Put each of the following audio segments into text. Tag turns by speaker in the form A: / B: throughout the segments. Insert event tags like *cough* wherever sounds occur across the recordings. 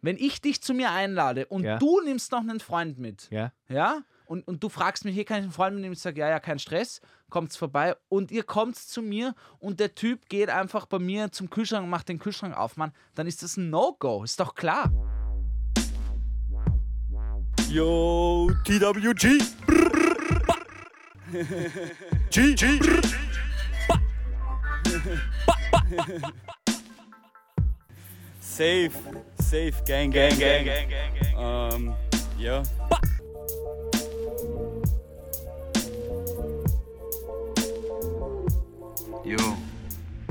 A: Wenn ich dich zu mir einlade und
B: Ja.
A: du nimmst noch einen Freund mit,
B: Ja.
A: ja? Und, und du fragst mich, hier kann ich einen Freund mitnehmen? Ich sage, ja, ja, kein Stress, kommt's vorbei. Und ihr kommt zu mir und der Typ geht einfach bei mir zum Kühlschrank und macht den Kühlschrank auf, Mann. Dann ist das ein No-Go, ist doch klar.
C: Yo, TWG. Brr, brr, ba. G, G. brr, ba. Ba, ba, ba, ba. Safe, safe, gang, gang, gang, gang, gang, gang. Um, ja.
D: Jo,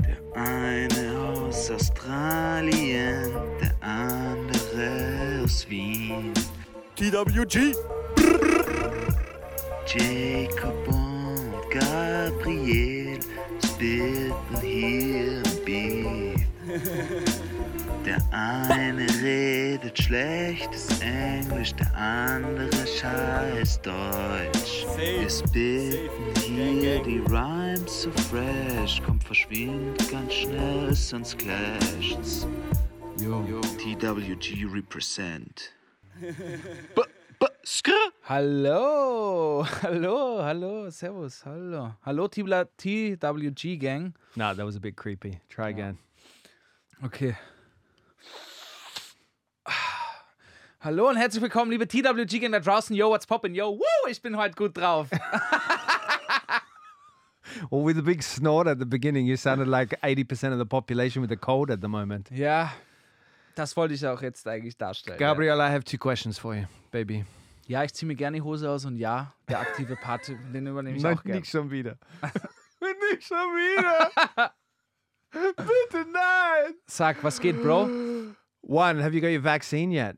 D: der eine aus Australien, der andere aus Wien.
C: TWG.
D: Jacob und Gabriel spitten hier im Beef. Der eine redet schlechtes Englisch, der andere scheiß Deutsch. Wir spitten hier die Rhymes so fresh, kommt verschwind ganz schnell, sonst clasht's. Yo. TWG represent. B -b -skr
A: Hallo, *laughs* hallo, hallo, servus, hallo. Hallo, Tibla- TWG Gang.
B: No, that was a bit creepy. Try again.
A: Okay. Hallo und herzlich willkommen, liebe TWG Gang da draußen. Yo, what's poppin'? Yo, woo, ich bin heute gut drauf.
B: Well, with a big snort at the beginning, you sounded like 80% of the population with a cold at the moment.
A: ja, das wollte ich auch jetzt eigentlich darstellen. ja.
B: Gabriel, I have two questions for you, baby.
A: Ja, ich ziehe mir gerne die Hose aus und ja, der aktive Part, den übernehme ich auch gerne.
B: schon *laughs* wieder. nicht schon wieder. *laughs* Bitte nein.
A: Sag, was geht, Bro?
B: One, have you got your vaccine yet?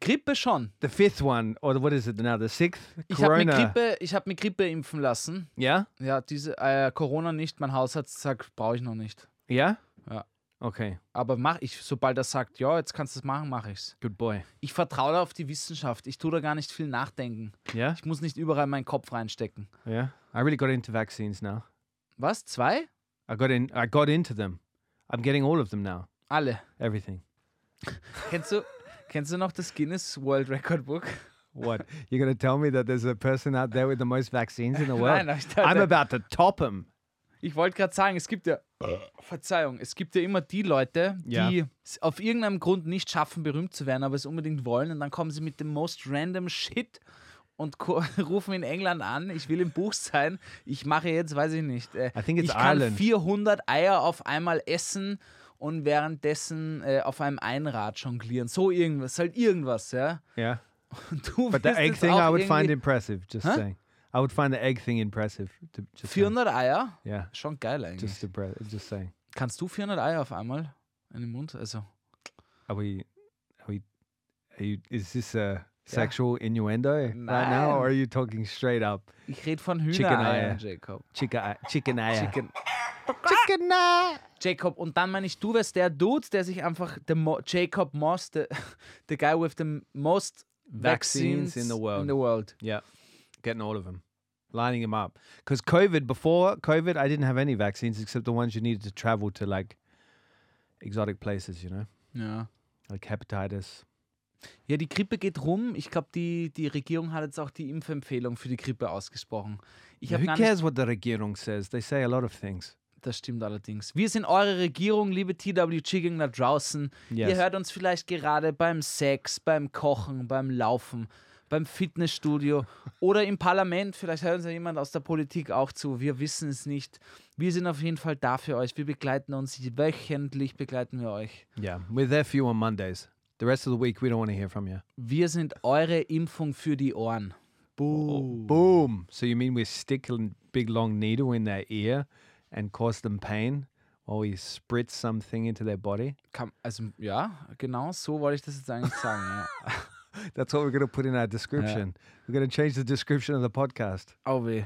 A: Grippe schon.
B: The fifth one, or what is it now? The sixth?
A: Ich habe
B: Corona.
A: mir Grippe, ich hab mir Grippe impfen lassen.
B: Yeah?
A: Ja, diese äh, Corona nicht, mein Hausarzt sagt, brauche ich noch nicht.
B: Yeah?
A: Ja.
B: Okay.
A: Aber mach ich, sobald er sagt, ja, jetzt kannst du es machen, mache ich's.
B: Good boy.
A: Ich vertraue da auf die Wissenschaft. Ich tue da gar nicht viel nachdenken.
B: Yeah?
A: Ich muss nicht überall meinen Kopf reinstecken.
B: Yeah. I really got into vaccines now.
A: Was? Zwei?
B: I got in I got into them. I'm getting all of them now.
A: Alle.
B: Everything.
A: Kennst du, kennst du noch das Guinness World Record Book?
B: What? You're going to tell me that there's a person out there with the most vaccines *laughs* in the world?
A: Nein, aber ich dachte-
B: I'm about to top him.
A: Ich wollte gerade sagen, es gibt ja, Verzeihung, es gibt ja immer die Leute,
B: Ja.
A: die es auf irgendeinem Grund nicht schaffen, berühmt zu werden, aber es unbedingt wollen und dann kommen sie mit dem most random Shit und ko- *laughs* rufen in England an, ich will im Buch sein, ich mache jetzt, weiß ich nicht, äh,
B: I think it's
A: ich kann
B: Ireland.
A: 400 Eier auf einmal essen und währenddessen äh, auf einem Einrad jonglieren, so irgendwas, halt irgendwas, ja. *laughs*
B: Yeah.
A: Und du
B: But
A: wirst
B: the egg
A: jetzt
B: thing
A: auch
B: I would find
A: irgendwie
B: impressive, just
A: Huh?
B: saying. I would find the egg thing impressive. To, just saying.
A: 400 Eier,
B: Yeah. *laughs*
A: schon geil eigentlich.
B: Just impre- just saying.
A: Kannst du 400 Eier auf einmal in den Mund, also...
B: Are we are we are you is this a sexual innuendo right now or are you talking straight up?
A: Ich rede von
B: Chicken
A: Hühnereiern,
B: Eier.
A: Jacob.
B: Chicken chicken eye.
A: Chicken.
B: chicken eye.
A: Jacob, und dann meine ich, du wärst der Dude, der sich einfach, der Mo Jacob Moss, the, the guy with the most vaccines,
B: Vaccines in the world.
A: In the world.
B: Yeah, getting all of them, lining them up. Because COVID, before COVID, I didn't have any vaccines except the ones you needed to travel to like exotic places, you know,
A: Ja.
B: like hepatitis.
A: Ja, die Grippe geht rum. Ich glaube, die, die Regierung hat jetzt auch die Impfempfehlung für die Grippe ausgesprochen. Ich habe
B: Who
A: gar nicht,
B: cares what the Regierung says? They say a lot of things.
A: das stimmt allerdings. Wir sind eure Regierung, liebe TWG Gang da draußen. Ihr
B: Yes.
A: hört uns vielleicht gerade beim Sex, beim Kochen, beim Laufen, beim Fitnessstudio oder im Parlament. Vielleicht hört uns ja jemand aus der Politik auch zu. Wir wissen es nicht. Wir sind auf jeden Fall da für euch. Wir begleiten uns wöchentlich, begleiten wir euch.
B: Yeah, we're there for you on Mondays. The rest of the week, we don't want to hear from you.
A: Wir sind eure Impfung für die Ohren. Buh.
B: Boom. So you mean we stick a big long needle in their ear and cause them pain while we spritz something into their body?
A: Kam, also ja, genau so wollte ich das jetzt eigentlich sagen. Ja. *laughs*
B: That's what we're going to put in our description. We're going to change the description of the podcast.
A: Oh weh.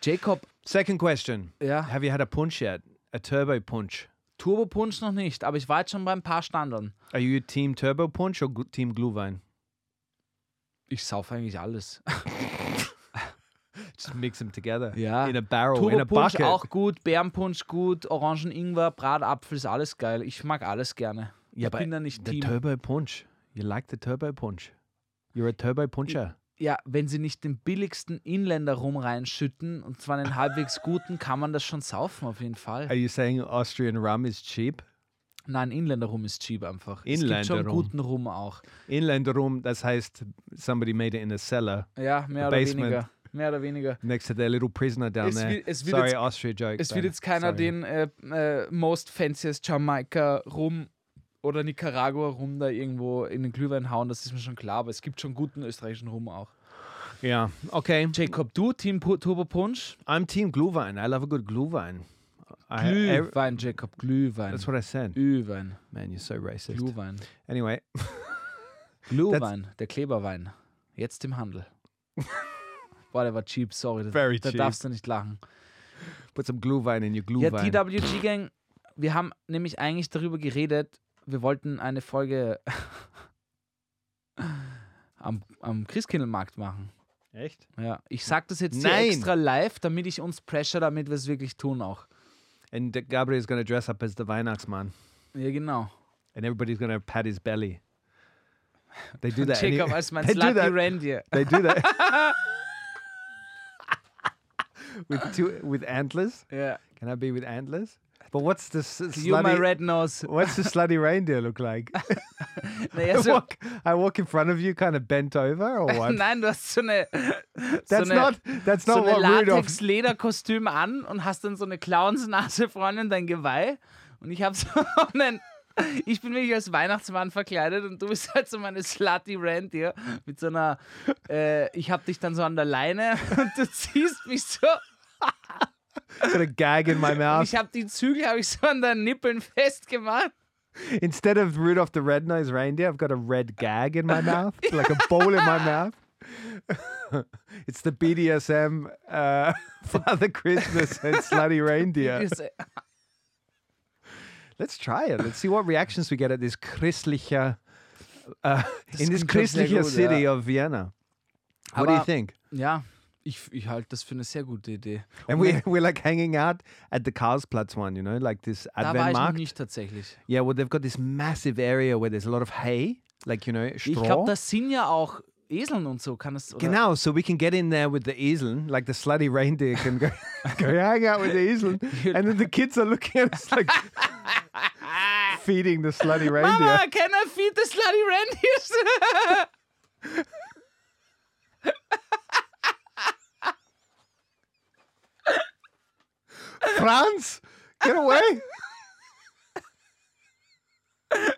A: Jacob,
B: Second question.
A: ja,
B: Have you had a punch yet? A turbo punch?
A: Turbo Punch noch nicht, aber ich war jetzt schon bei ein paar Standeln.
B: Are you team turbo punch or gl- team Glühwein?
A: Ich saufe eigentlich alles.
B: Just mix them together.
A: Ja.
B: In a barrel, in a
A: Turbopunsch
B: bucket.
A: auch gut, Bärenpunsch gut, Orangen-Ingwer, Bratapfel ist alles geil. Ich mag alles gerne.
B: Yeah,
A: ich bin da nicht
B: the
A: Team.
B: turbo punch. You like the turbo punch. You're a turbo puncher.
A: ja, wenn sie nicht den billigsten Inländer rum reinschütten, und zwar einen halbwegs guten, kann man das schon saufen auf jeden
B: Are
A: Fall.
B: you saying Austrian rum is cheap?
A: Nein, Inländer rum ist cheap einfach. es gibt
B: Inländer
A: schon
B: rum.
A: guten Rum auch.
B: Inland rum, das heißt somebody made it in a cellar.
A: Ja, mehr oder
B: Basement.
A: weniger. Mehr oder weniger.
B: Next to their little prisoner down
A: Es
B: there.
A: wird- es wird
B: Sorry,
A: jetzt-
B: Austria joke.
A: Es
B: Ben.
A: wird jetzt keiner
B: Sorry.
A: den äh, äh, most fanciest Jamaika rum oder Nicaragua rum da irgendwo in den Glühwein hauen, das ist mir schon klar, aber es gibt schon guten österreichischen Rum auch.
B: Yeah. Okay.
A: Jacob, du, Team Pu- Turbo Punch?
B: I'm team glühwein. I love a good glühwein. I- ev-
A: Glühwein, Jacob, Glühwein.
B: that's what I said.
A: Glühwein,
B: Man, you're so racist.
A: Glühwein.
B: Anyway, *laughs*
A: Glühwein, der Kleberwein. Jetzt im Handel. *laughs* Boah, der war cheap, sorry. Da,
B: Very
A: da
B: cheap.
A: darfst du nicht lachen.
B: put some glühwein in your
A: Ja,
B: glühwein.
A: TWG-Gang, wir haben nämlich eigentlich darüber geredet, wir wollten eine Folge *laughs* am, am Christkindlmarkt machen.
B: Echt?
A: Ja, ich sag das jetzt hier
B: Nein.
A: extra live, damit ich uns pressure, damit wir es wirklich tun auch.
B: And Gabriel's going to dress up as the Weihnachtsmann.
A: Ja, genau.
B: and everybody's gonna pat his belly.
A: *laughs*
B: They do that. any-
A: Jacob als
B: *laughs*
A: mein
B: they do
A: Slutty
B: that.
A: Reindeer.
B: They do that with two with antlers.
A: Ja.
B: Can I be with antlers? But what's
A: *laughs*
B: the s-
A: You my
B: slutty?
A: red nose.
B: what's the slutty reindeer
A: *laughs*
B: look like?
A: Naja,
B: I,
A: so,
B: walk, I walk in front of you, kind of bent
A: *laughs*
B: over, or *laughs* what?
A: also, nein, du hast so eine, so
B: that's
A: eine,
B: not. That's
A: so
B: not
A: eine
B: what Rudolph.
A: Latex-Lederkostüm an und hast dann so eine Clownsnase, Freundin, dein Geweih. Und ich habe so *laughs* einen. Ich bin wirklich als Weihnachtsmann verkleidet und du bist halt so meine slutty Reindeer mit so einer. Äh, ich hab dich dann so an der Leine *laughs* und du ziehst mich so
B: Got a gag
A: *laughs*
B: in my
A: Und
B: mouth.
A: ich habe die Zügel habe ich so an den Nippeln festgemacht.
B: Instead of Rudolph the red-nosed reindeer, I've got a red gag in my mouth, like a bowl in
A: *laughs*
B: my mouth. *laughs* it's the BDSM uh, *laughs* Father Christmas and
A: *laughs*
B: Slutty Reindeer.
A: Ist, äh,
B: Let's try it. Let's see what reactions we get at this christlicher, uh, in this
A: klingt doch sehr
B: christlicher
A: gut,
B: city
A: ja.
B: of Vienna. What do you
A: Aber-
B: think?
A: Ja, ich, ich halte das für eine sehr gute Idee.
B: And we, we're like hanging out at the Karlsplatz one, you know, like this
A: Da war
B: Advent
A: ich noch
B: Markt.
A: nicht tatsächlich.
B: Yeah, well, they've got this massive area where there's a lot of hay, like, you know, straw.
A: Ich glaube, das sind ja auch Eseln und so. Kann es, oder?
B: Genau, so we can get in there with the eseln, like the slutty reindeer can go, go hang out with the eseln, and then the kids are looking at us like feeding the slutty
A: Mama,
B: reindeer.
A: can I feed the slutty reindeers? *laughs*
B: Franz, get away!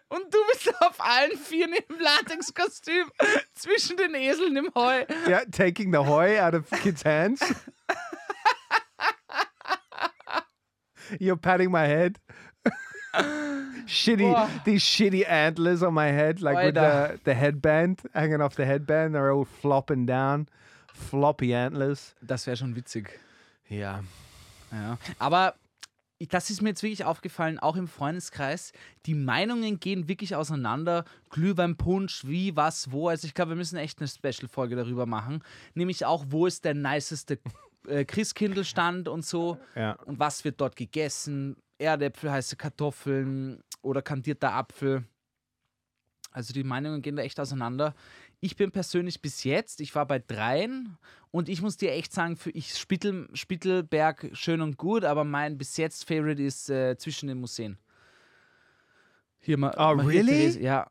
A: Und du bist auf allen Vieren im Latexkostüm zwischen den Eseln im Heu.
B: Yeah, taking the hoy out of kids' hands. You're patting my head. shitty,
A: Boah.
B: these shitty antlers on my head, like with
A: Alter.
B: the, the headband hanging off the headband. They're all flopping down, floppy antlers.
A: Das wäre schon witzig.
B: Yeah.
A: Ja. Aber ich- das ist mir jetzt wirklich aufgefallen, auch im Freundeskreis. Die Meinungen gehen wirklich auseinander. Glühweinpunsch, wie, was, wo. Also ich glaube, wir müssen echt eine Special-Folge darüber machen. Nämlich auch, wo ist der niceste äh, Christkindlstand und so.
B: Ja.
A: Und was wird dort gegessen? Erdäpfel, heiße Kartoffeln oder kandierter Apfel. Also die Meinungen gehen da echt auseinander. Ich bin persönlich bis jetzt, ich war bei dreien und ich muss dir echt sagen, für ich Spittel, Spittelberg schön und gut, aber mein bis jetzt Favorite ist äh, zwischen den Museen. Hier mal.
B: Oh,
A: mal hier,
B: really?
A: Therese, Ja.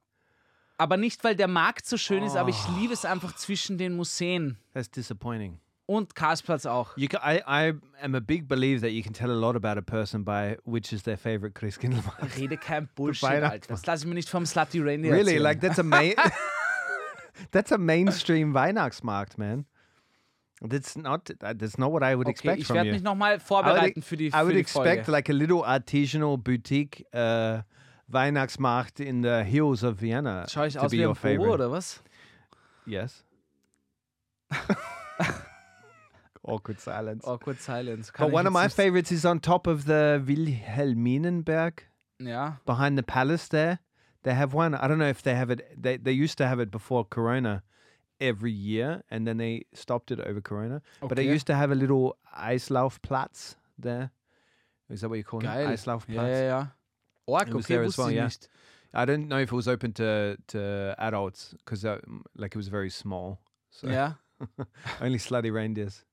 A: Aber nicht, weil der Markt so schön ist, aber ich liebe es einfach zwischen den Museen
B: That's disappointing.
A: und Karlsplatz auch.
B: You ca I, I am a big believer that you can tell a lot about a person by which is their favorite Chris *laughs* Kindlemark.
A: Rede kein Bullshit,
B: Weihnachtsmann.
A: Alter. Das lasse ich mir nicht vom Slutty Reindeer
B: Really,
A: erzählen.
B: like that's a *laughs* main, that's a mainstream Weihnachtsmarkt, man. That's not that's not what I would
A: okay,
B: expect
A: ich
B: from
A: werde
B: you.
A: mich nochmal
B: I would, e,
A: vorbereiten für die,
B: I
A: für
B: would
A: die
B: expect
A: Folge.
B: like a little artisanal boutique uh, Weihnachtsmarkt in the hills of Vienna.
A: Schaue ich
B: to
A: aus
B: be
A: wie
B: your
A: ein
B: favorite.
A: Bobo oder was?
B: *laughs* Yes. Awkward silence.
A: Awkward Silence. Kann
B: But
A: ich
B: one of
A: jetzt
B: my
A: nicht-
B: favorites is on top of the Wilhelminenberg.
A: Ja,
B: behind the palace there. They have one. I don't know if they have it. They they used to have it before Corona every year, and then they stopped it over Corona. But they
A: Okay.
B: used to have a little Eislaufplatz there. Is that what you call
A: geil.
B: it? Eislaufplatz.
A: Ja, ja, ja. Org,
B: It was
A: okay,
B: there as
A: wusste
B: well,
A: ich
B: yeah.
A: nicht.
B: I didn't know if it was open to to adults because like it was very small. So
A: Ja.
B: *laughs* only slutty reindeers.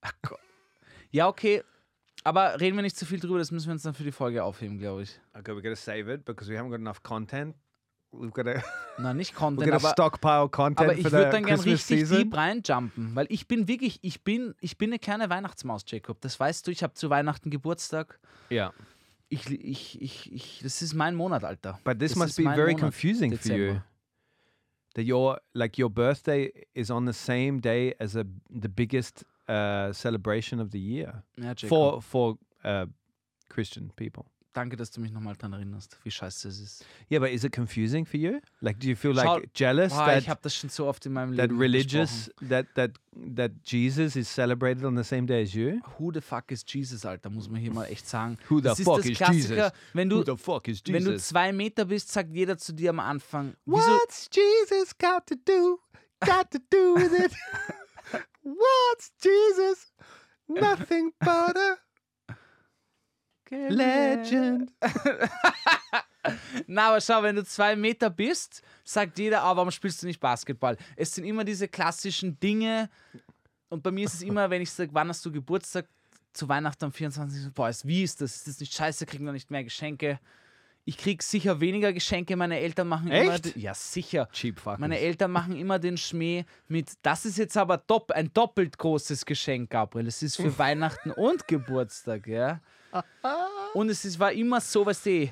A: Ja, okay. Aber reden wir nicht zu viel drüber, das müssen wir uns dann für die Folge aufheben, glaube ich.
B: Okay, we gotta save it because we haven't got enough content. We've got to
A: Na, nicht
B: we're
A: Content,
B: gonna
A: aber,
B: stockpile content
A: aber ich
B: for
A: würde
B: the
A: dann gern
B: Christmas
A: richtig
B: season.
A: deep reinjumpen, weil ich bin wirklich, ich bin, ich bin eine kleine Weihnachtsmaus, Jacob. Das weißt du, ich habe zu Weihnachten Geburtstag.
B: Yeah,
A: Ich, ich, ich, ich, das ist mein Monat, Alter.
B: but this
A: Das
B: must
A: ist
B: be
A: mein
B: very
A: Monat,
B: confusing for you.
A: Dezember.
B: That your like your birthday is on the same day as a, the biggest uh, celebration of the year
A: Ja, Jacob.
B: for for uh, Christian people.
A: Danke, dass du mich nochmal dran erinnerst, wie scheiße es ist.
B: Yeah, but is it confusing for you? Like, do you feel like
A: Schau-
B: jealous
A: Boah,
B: that
A: Ah, ich habe das schon so oft in meinem
B: that
A: Leben
B: religious that that that Jesus is celebrated on the same day as you?
A: besprochen. Who the fuck is Jesus, Alter, muss man hier mal echt sagen.
B: Who the
A: das
B: fuck
A: ist das
B: is
A: Klassiker,
B: Jesus?
A: Wenn
B: Who
A: du,
B: the fuck is
A: wenn du
B: Jesus?
A: zwei Meter bist, sagt jeder zu dir am Anfang, wieso,
B: What's Jesus got to do? Got to do with
A: *laughs*
B: it? What's Jesus? Nothing but a legend.
A: Na, aber schau, wenn du zwei Meter bist, sagt jeder, ah, warum spielst du nicht Basketball? Es sind immer diese klassischen Dinge. Und bei mir ist es immer, wenn ich sage, wann hast du Geburtstag? Zu Weihnachten am 24. Boah, ist- wie ist das? Ist das nicht scheiße? Kriegen wir nicht mehr Geschenke? Ich krieg sicher weniger Geschenke. Meine Eltern machen immer.
B: Echt?
A: Ja, sicher.
B: Cheap fuck.
A: Meine Eltern machen immer den Schmäh mit, das ist jetzt aber dopp ein doppelt großes Geschenk, Gabriel. Es ist für Weihnachten und Geburtstag, ja. Und es ist, war immer so, was du,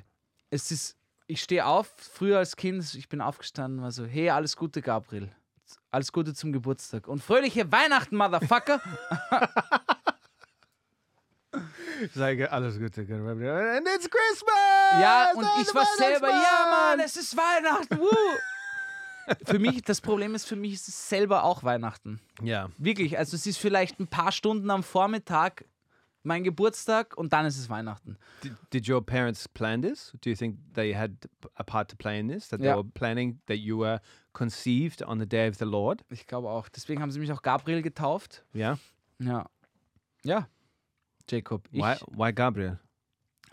A: es ist, ich stehe auf, früher als Kind, ich bin aufgestanden, war so, hey, alles Gute, Gabriel. Alles Gute zum Geburtstag. Und fröhliche Weihnachten, Motherfucker.
B: Sage alles Gute. And it's Christmas!
A: Ja, und
B: and
A: ich war selber, ja Mann,
B: Weihnachtsmann!
A: es ist Weihnachten. Woo. Für mich, das Problem ist, für mich ist es selber auch Weihnachten.
B: Ja.
A: Wirklich, also es ist vielleicht ein paar Stunden am Vormittag mein Geburtstag und dann ist es Weihnachten.
B: Did, did your parents plan this? Do you think they had a part to play in this? That
A: Yeah.
B: they were planning that you were conceived on the day of the Lord?
A: Ich glaube auch. Deswegen haben sie mich auch Gabriel getauft.
B: Yeah.
A: Ja. Ja. Jacob. Ich,
B: Why? Why Gabriel?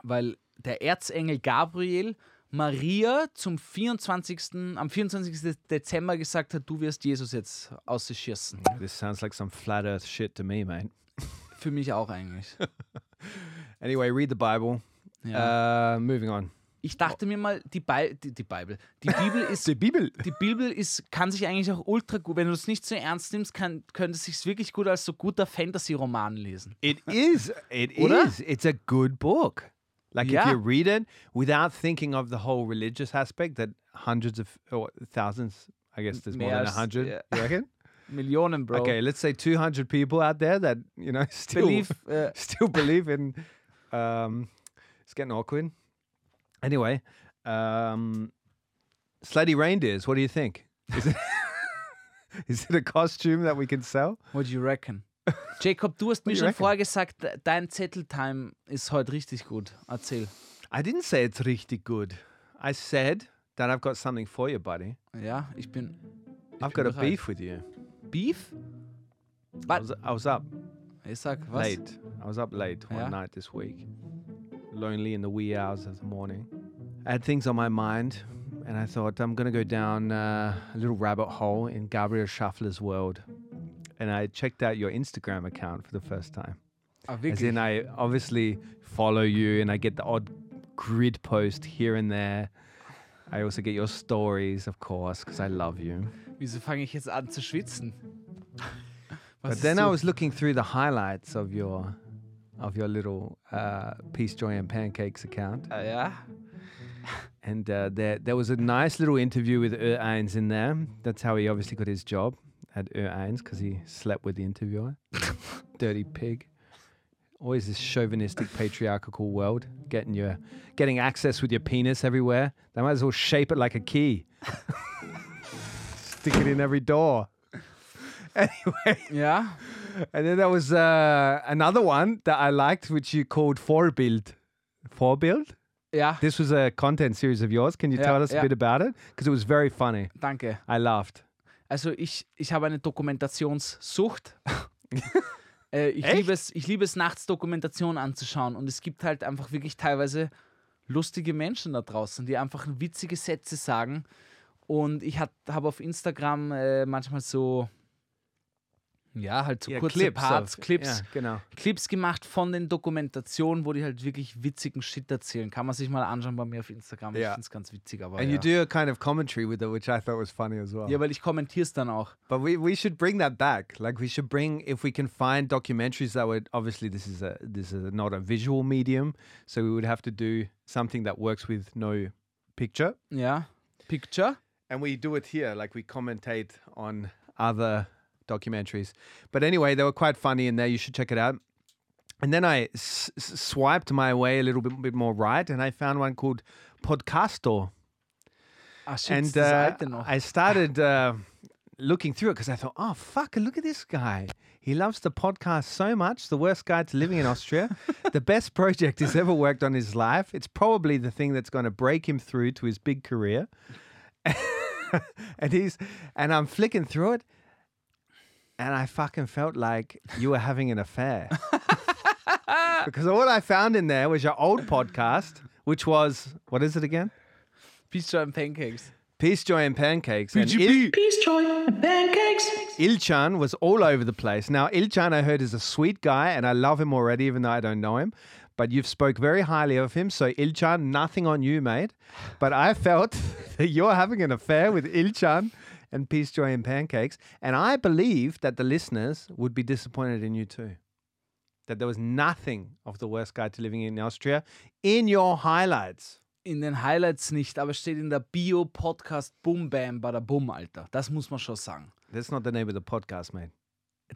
A: Weil der Erzengel Gabriel Maria zum 24. am 24. Dezember gesagt hat, du wirst Jesus jetzt ausschießen.
B: This sounds like some flat Earth shit to me, mate.
A: Für mich auch eigentlich.
B: Anyway, read the Bible.
A: Ja.
B: Uh, moving on.
A: ich dachte mir mal, die, Bi die, die Bibel, die Bibel
B: *laughs*
A: ist
B: Bibel.
A: die Bibel ist, kann sich eigentlich auch ultra gut, wenn du es nicht so ernst nimmst, kann, könnte es sich wirklich gut als so guter Fantasy-Roman lesen.
B: It is. It is.
A: Oder?
B: It's a good book. Like if
A: Yeah.
B: you read it without thinking of the whole religious aspect that hundreds of or thousands, I guess there's more
A: Mehr
B: than a
A: als-
B: hundred.
A: yeah. Oh. *laughs*
B: You reckon?
A: Millionen, Bro.
B: Okay, let's say 200 people out there that, you know, *laughs* still
A: Believe, äh,
B: still believe in um it's getting awkward. Anyway, um slutty reindeers, what do you think? Is it, *laughs* is it a costume that we can sell?
A: what you reckon? Jacob, du hast mir
B: you
A: schon
B: reckon?
A: vorher gesagt, de- dein Zetteltime ist heute richtig gut. Erzähl.
B: I didn't say it's richtig good. I said that I've got something for you, buddy.
A: Ja, ich bin. Ich
B: I've
A: bin
B: got a
A: bereit.
B: beef with you.
A: Beef?
B: I
A: But-
B: was, I was up
A: Ich sag, was?
B: late. I was up late one
A: Yeah?
B: night this week. Lonely in the wee hours of the morning. I had things on my mind, and I thought I'm going to go down uh, a little rabbit hole in Gabriel Schaffler's world. And I checked out your Instagram account for the first time.
A: Ah,
B: As in,
A: wirklich?
B: I obviously follow you, and I get the odd grid post here and there. I also get your stories, of course, because I love you.
A: Wieso fange ich jetzt an zu schwitzen? Was
B: But
A: ist
B: then I
A: so-
B: was looking through the highlights of your of your little uh, peace, joy, and pancakes account,
A: Ah, ja?
B: and uh, there there was a nice little interview with Ur Eins in there. That's how he obviously got his job at Ur Eins because he slept with
A: *laughs*
B: the interviewer. Dirty pig. Always this chauvinistic patriarchal world, getting your getting access with your penis everywhere. They might as well shape it like a key. Stick it in every door. Anyway.
A: Ja?
B: And then there was uh, another one that I liked, which you called Vorbild. Vorbild?
A: Ja,
B: This was a content series of yours. Can you
A: Yeah,
B: tell us
A: yeah.
B: a bit about it? Because it was very funny.
A: danke.
B: I laughed.
A: Also ich, ich habe eine
B: *laughs*
A: Dokumentationssucht. äh, ich,
B: Echt?
A: liebe es, ich liebe es, nachts Dokumentation anzuschauen. Und es gibt halt einfach wirklich teilweise lustige Menschen da draußen, die einfach witzige Sätze sagen. Und ich habe auf Instagram äh, manchmal so, ja, halt so
B: Ja,
A: kurze
B: Clips
A: Parts,
B: auf-
A: Clips,
B: Ja, genau.
A: Clips gemacht von den Dokumentationen, wo die halt wirklich witzigen Shit erzählen. Kann man sich mal anschauen bei mir auf Instagram. Ich
B: Ja.
A: finde es ganz witzig. Aber
B: And
A: ja.
B: you do a kind of commentary with it, which I thought was funny as well.
A: ja, weil ich kommentiere es dann auch.
B: But we, we should bring that back. Like we should bring if we can find documentaries that would obviously this is a this is not a visual medium, so we would have to do something that works with no picture.
A: Ja. Picture.
B: And we do it here, like we commentate on other documentaries. But anyway, they were quite funny in there. You should check it out. And then I s- s- swiped my way a little bit, bit more right, and I found one called Podcasto.
A: Ah, shit,
B: and
A: das
B: uh,
A: alte noch.
B: I started uh, looking through it because I thought, oh fuck, look at this guy. He loves the podcast so much. The worst guy to living in Austria. the best project he's ever worked on in his life. It's probably the thing that's going to break him through to his big career. *laughs* and he's and I'm flicking through it, and I fucking felt like you were having an affair. because all I found in there was your old podcast, which was what is it again?
A: Pizza and Pancakes.
B: Peace, joy, and pancakes. And Il-
E: Peace, joy, and pancakes.
B: Ilchan was all over the place. Now, Ilchan, I heard, is a sweet guy, and I love him already, even though I don't know him. But you've spoke very highly of him, so Ilchan, nothing on you, mate. But I felt *laughs* that you're having an affair with Ilchan and Peace, Joy, and Pancakes, and I believe that the listeners would be disappointed in you too. That there was nothing of the worst guide to living in Austria in your highlights.
A: In den Highlights nicht, aber steht in der Bio-Podcast Boom Bam Bada Boom, Alter. Das muss man schon sagen.
B: That's not the name of the podcast, mate.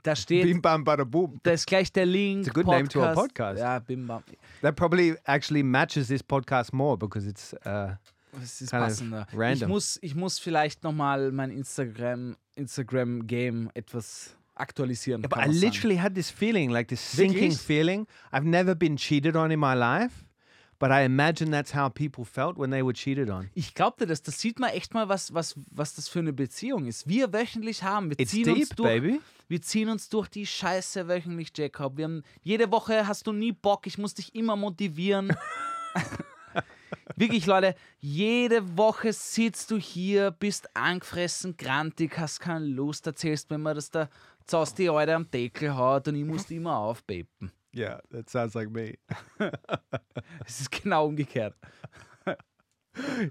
A: Da
B: Bim
A: steht,
B: bam bada boom.
A: da ist gleich der Link.
B: It's a good name to our podcast.
A: Ja, Bim Bam.
B: That probably actually matches this podcast more because it's. Uh,
A: Das ist
B: Kind of
A: passender. Ich
B: random.
A: muss, ich muss vielleicht nochmal mein Instagram-Game etwas aktualisieren.
B: But
A: kann
B: I
A: man sagen.
B: literally had this feeling, like this sinking
A: Wirklich?
B: feeling. I've never been cheated on in my life, but I imagine that's how people felt when they were cheated on.
A: Ich glaubte das. Das sieht man echt mal, was, was, was das für eine Beziehung ist. Wir wöchentlich haben. Wir
B: It's
A: ziehen, uns
B: deep,
A: durch,
B: baby.
A: wir ziehen uns durch die Scheiße wöchentlich, Jacob. Wir haben, jede Woche hast du nie Bock. Ich muss dich immer motivieren. Wirklich, Leute, jede Woche sitzt du hier, bist angefressen, grantig, hast keine Lust, erzählst mir immer, dass der Zaust die Alte am Deckel hat und ich muss die immer aufbeppen.
B: Yeah, that sounds like me. *laughs*
A: Es ist genau umgekehrt.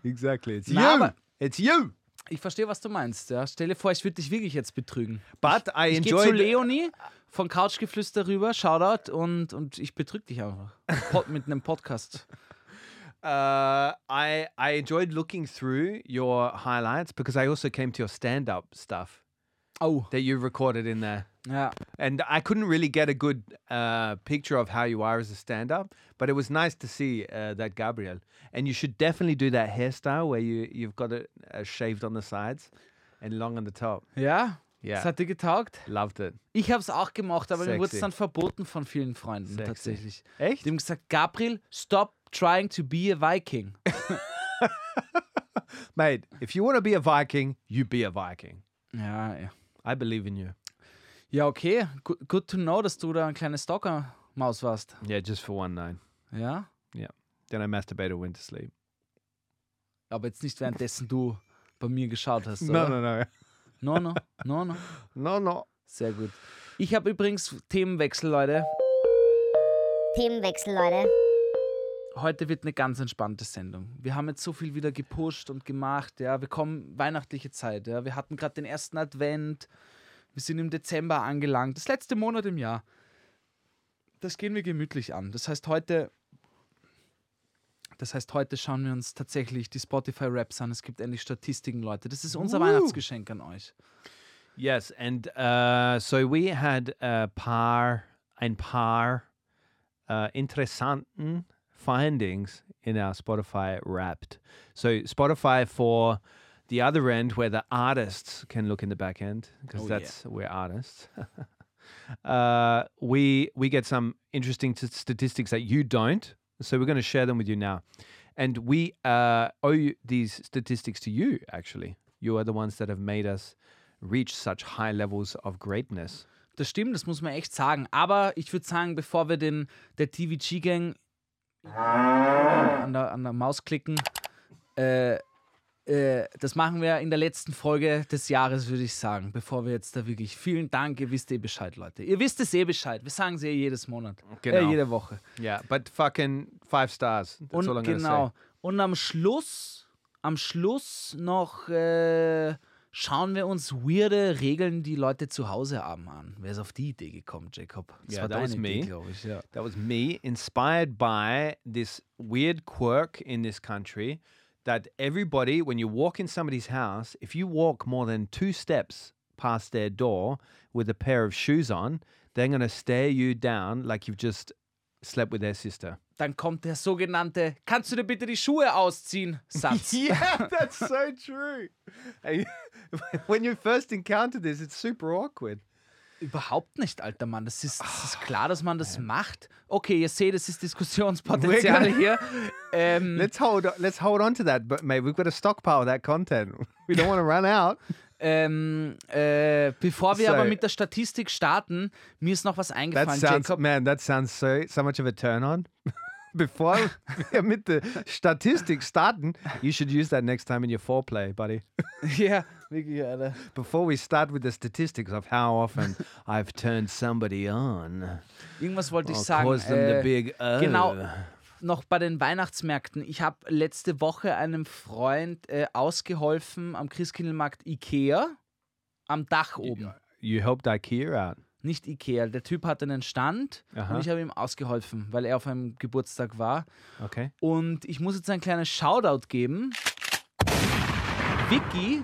B: exactly. It's
A: Nah,
B: you.
A: but-
B: It's you.
A: Ich verstehe, was du meinst. Ja. Stell dir vor, ich würde dich wirklich jetzt betrügen.
B: But I
A: Ich gehe zu
B: enjoyed.
A: Leonie von Couchgeflüster rüber, Shoutout und, und ich betrüge dich einfach. Pod, mit einem Podcast.
B: Uh, I I enjoyed looking through your highlights because I also came to your stand-up stuff
A: Oh,
B: that you recorded in there.
A: ja.
B: And I couldn't really get a good uh, picture of how you are as a stand up, but it was nice to see uh, that, Gabriel. And you should definitely do that hairstyle where you, you've got it uh, shaved on the sides and long on the top.
A: Ja?
B: Ja.
A: Das hat dir getaugt?
B: Loved it.
A: Ich habe es auch gemacht, aber mir wurde es
B: Sexy.
A: dann verboten von vielen Freunden
B: Sexy.
A: tatsächlich.
B: Echt?
A: Die haben gesagt, Gabriel, stop trying to be a Viking.
B: Mate, if you want to be a Viking, you be a Viking.
A: Ja, ja.
B: I believe in you.
A: Ja, okay. Good, good to know, dass du da ein kleines Stalker-Maus warst.
B: Yeah, just for one night.
A: Ja?
B: Then I masturbated, went to sleep.
A: Aber jetzt nicht währenddessen du bei mir geschaut hast,
B: No,
A: oder?
B: no, no.
A: No, no. No, no.
B: *laughs* No, no.
A: Sehr gut. Ich habe übrigens Themenwechsel, Leute.
F: Themenwechsel, Leute.
A: heute wird eine ganz entspannte Sendung. Wir haben jetzt so viel wieder gepusht und gemacht, ja, wir kommen weihnachtliche Zeit, ja. Wir hatten gerade den ersten Advent. Wir sind im Dezember angelangt, das letzte Monat im Jahr. Das gehen wir gemütlich an. Das heißt heute das heißt, heute schauen wir uns tatsächlich die Spotify-Raps an. Es gibt endlich Statistiken, Leute. Das ist unser Weihnachtsgeschenk an euch.
B: Yes, and uh, so we had a par, ein paar uh, interessanten findings in our Spotify Wrapped. So Spotify for the other end, where the artists can look in the back end, because
A: Oh, yeah.
B: that's we're artists. *laughs* uh, we we get some interesting t- statistics that you don't, so we're going to share them with you now. And we uh, owe you these statistics to you, actually. You are the ones that have made us reach such high levels of greatness.
A: Das stimmt, das muss man echt sagen. Aber ich würde sagen, bevor wir den der TVG-Gang an der, an der Maus klicken. Äh, äh, das machen wir in der letzten Folge des Jahres, würde ich sagen, bevor wir jetzt da wirklich. Vielen Dank, ihr wisst eh Bescheid, Leute. Ihr wisst es eh Bescheid. Wir sagen es eh jedes Monat.
B: Genau.
A: Äh, jede Woche.
B: Yeah, but fucking five stars. That's
A: Und
B: all I'm
A: genau.
B: gonna
A: Und am Schluss, am Schluss noch äh, schauen wir uns weirde Regeln, die Leute zu Hause haben, an. Wer ist auf die Idee gekommen, Jacob? Das
B: Ja,
A: war
B: that was
A: deine Idee,
B: me.
A: glaube ich. Ja.
B: say. That was me, inspired by this weird quirk in this country that everybody, when you walk in somebody's house, if you walk more than two steps past their door with a pair of shoes on, they're gonna stare you down like you've just slept with their sister.
A: Dann kommt der sogenannte, kannst du dir bitte die Schuhe *laughs* ausziehen? Satz.
B: *laughs* Yeah, that's so true. And you- *laughs* when you first encounter this, it's super awkward.
A: Überhaupt nicht, alter Mann. Das ist, das ist klar, dass man das macht. Okay, ihr seht, es ist
B: We're
A: Diskussionspotenzial
B: gonna-
A: hier. Ähm,
B: Let's hold let's hold on to that, but mate, we've got to stockpile that content. *laughs* We don't want to run out.
A: ähm, äh, bevor wir
B: So.
A: aber mit der Statistik starten, mir ist noch was
B: That
A: eingefallen,
B: sounds
A: Jacob.
B: man, that sounds so so much of a turn on. *laughs* Before *laughs* wir mit der Statistik starten, you should use that next time in your foreplay, buddy.
A: *laughs* Ja, wirklich, Alter.
B: Before we start with the statistics of how often *laughs* I've turned somebody on,
A: Irgendwas wollte ich
B: or
A: sagen.
B: caused them the
A: Äh,
B: big oh. O.
A: genau. noch bei den Weihnachtsmärkten. Ich habe letzte Woche einem Freund äh, ausgeholfen am Christkindlmarkt Ikea am Dach oben.
B: You helped IKEA out.
A: Nicht Ikea. Der Typ hatte einen Stand
B: Aha.
A: und ich habe ihm ausgeholfen, weil er auf einem Geburtstag war.
B: Okay.
A: Und ich muss jetzt ein kleines Shoutout geben. Vicky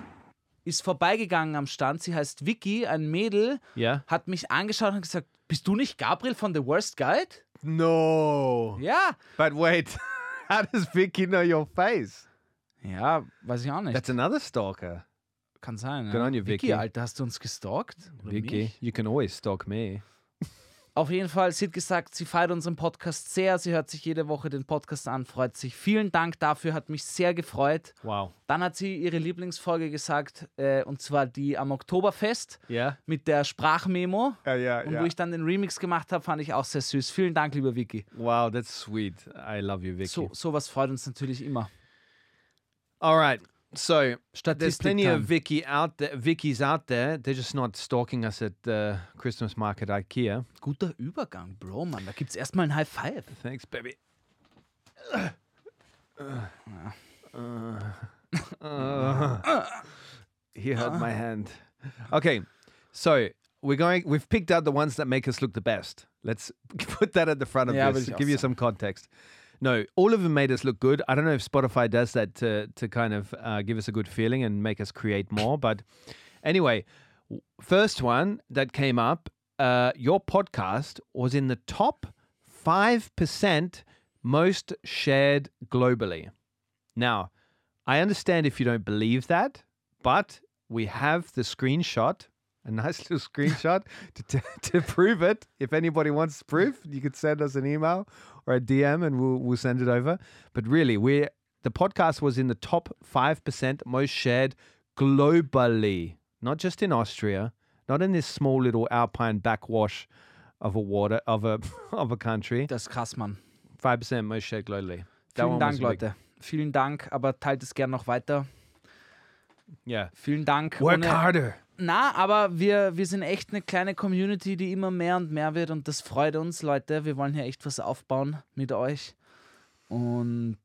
A: ist vorbeigegangen am Stand. Sie heißt Vicky, ein Mädel,
B: Yeah.
A: hat mich angeschaut und gesagt: Bist du nicht Gabriel von The Worst Guide?
B: No.
A: Ja.
B: But wait, *laughs* how does Vicky know your face?
A: Ja, weiß ich auch nicht.
B: That's another stalker.
A: Kann sein.
B: Good
A: ja.
B: on you, Vicky.
A: Alter, hast du uns gestalkt? Oder mich?
B: you can always stalk me.
A: Auf jeden Fall, sie hat gesagt, sie feiert unseren Podcast sehr. Sie hört sich jede Woche den Podcast an, freut sich. Vielen Dank dafür, hat mich sehr gefreut.
B: Wow.
A: Dann hat sie ihre Lieblingsfolge gesagt, äh, und zwar die am Oktoberfest
B: Yeah.
A: mit der Sprachmemo.
B: Oh, yeah,
A: Und wo ich dann den Remix gemacht habe, fand ich auch sehr süß. Vielen Dank, lieber Vicky.
B: Wow, that's sweet. I love you, Vicky.
A: So, sowas freut uns natürlich immer.
B: All right. So there's
A: Statistik
B: plenty of
A: time.
B: Vicky out there. Vicky's out there. They're just not stalking us at the Christmas market IKEA.
A: Guter Übergang, Bro, Mann. Da gibt's erstmal ein High Five.
B: Thanks, baby.
A: Uh-huh.
B: *laughs* He hurt my hand. Okay, so we're going. We've picked out the ones that make us look the best. Let's *laughs* put that at the front of
A: Yeah,
B: this.
A: but it's
B: Give you
A: awesome.
B: some context. No, all of them made us look good. I don't know if Spotify does that to to kind of uh, give us a good feeling and make us create more. But anyway, w- first one that came up, uh, your podcast was in the top five percent most shared globally. Now, I understand if you don't believe that, but we have the screenshot, a
A: *laughs*
B: nice little screenshot to, to, *laughs* to prove it. If anybody wants proof, you could send us an email or a DM and we'll, we'll send it over. But really, we're, the podcast was in the top 5% most shared globally, not just in Austria, not in this small little alpine backwash of a water of a *laughs* of a country.
A: Das ist krass, Mann.
B: Five percent most shared globally. That
A: Vielen
B: one
A: Dank,
B: was a big-
A: Leute. Vielen Dank, aber teilt es gern noch weiter.
B: Yeah.
A: Vielen Dank.
B: Work
A: Ohne-
B: harder.
A: Na, aber wir, wir sind echt eine kleine Community, die immer mehr und mehr wird und das freut uns, Leute. Wir wollen hier echt was aufbauen mit euch. Und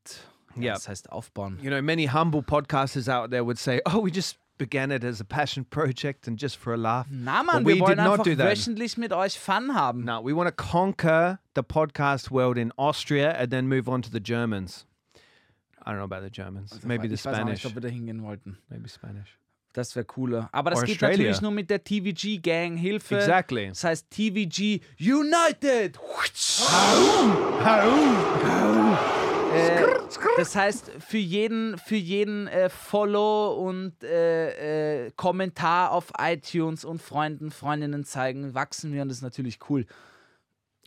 A: ja,
B: Ja.
A: das heißt aufbauen.
B: you know, many humble podcasters out there would say, "Oh, we just began it as a passion project and just for a laugh."
A: Na
B: But
A: Mann,
B: we
A: wir wollen
B: did not
A: einfach
B: do that.
A: wöchentlich mit euch Fun haben.
B: No, we want to conquer the podcast world in Austria and then move on to the Germans. I don't know about the Germans. Maybe the
A: ich weiß auch
B: Spanish.
A: nicht, ob wir da hingehen wollten.
B: Maybe Spanish.
A: Das wäre cooler. Aber das
B: Or
A: geht
B: Australia.
A: natürlich nur mit der TVG-Gang Hilfe.
B: Exactly.
A: Das heißt TVG United. Äh, Das heißt, für jeden, für jeden äh, Follow und äh, äh, Kommentar auf iTunes und Freunden, Freundinnen zeigen, wachsen wir und das ist natürlich cool.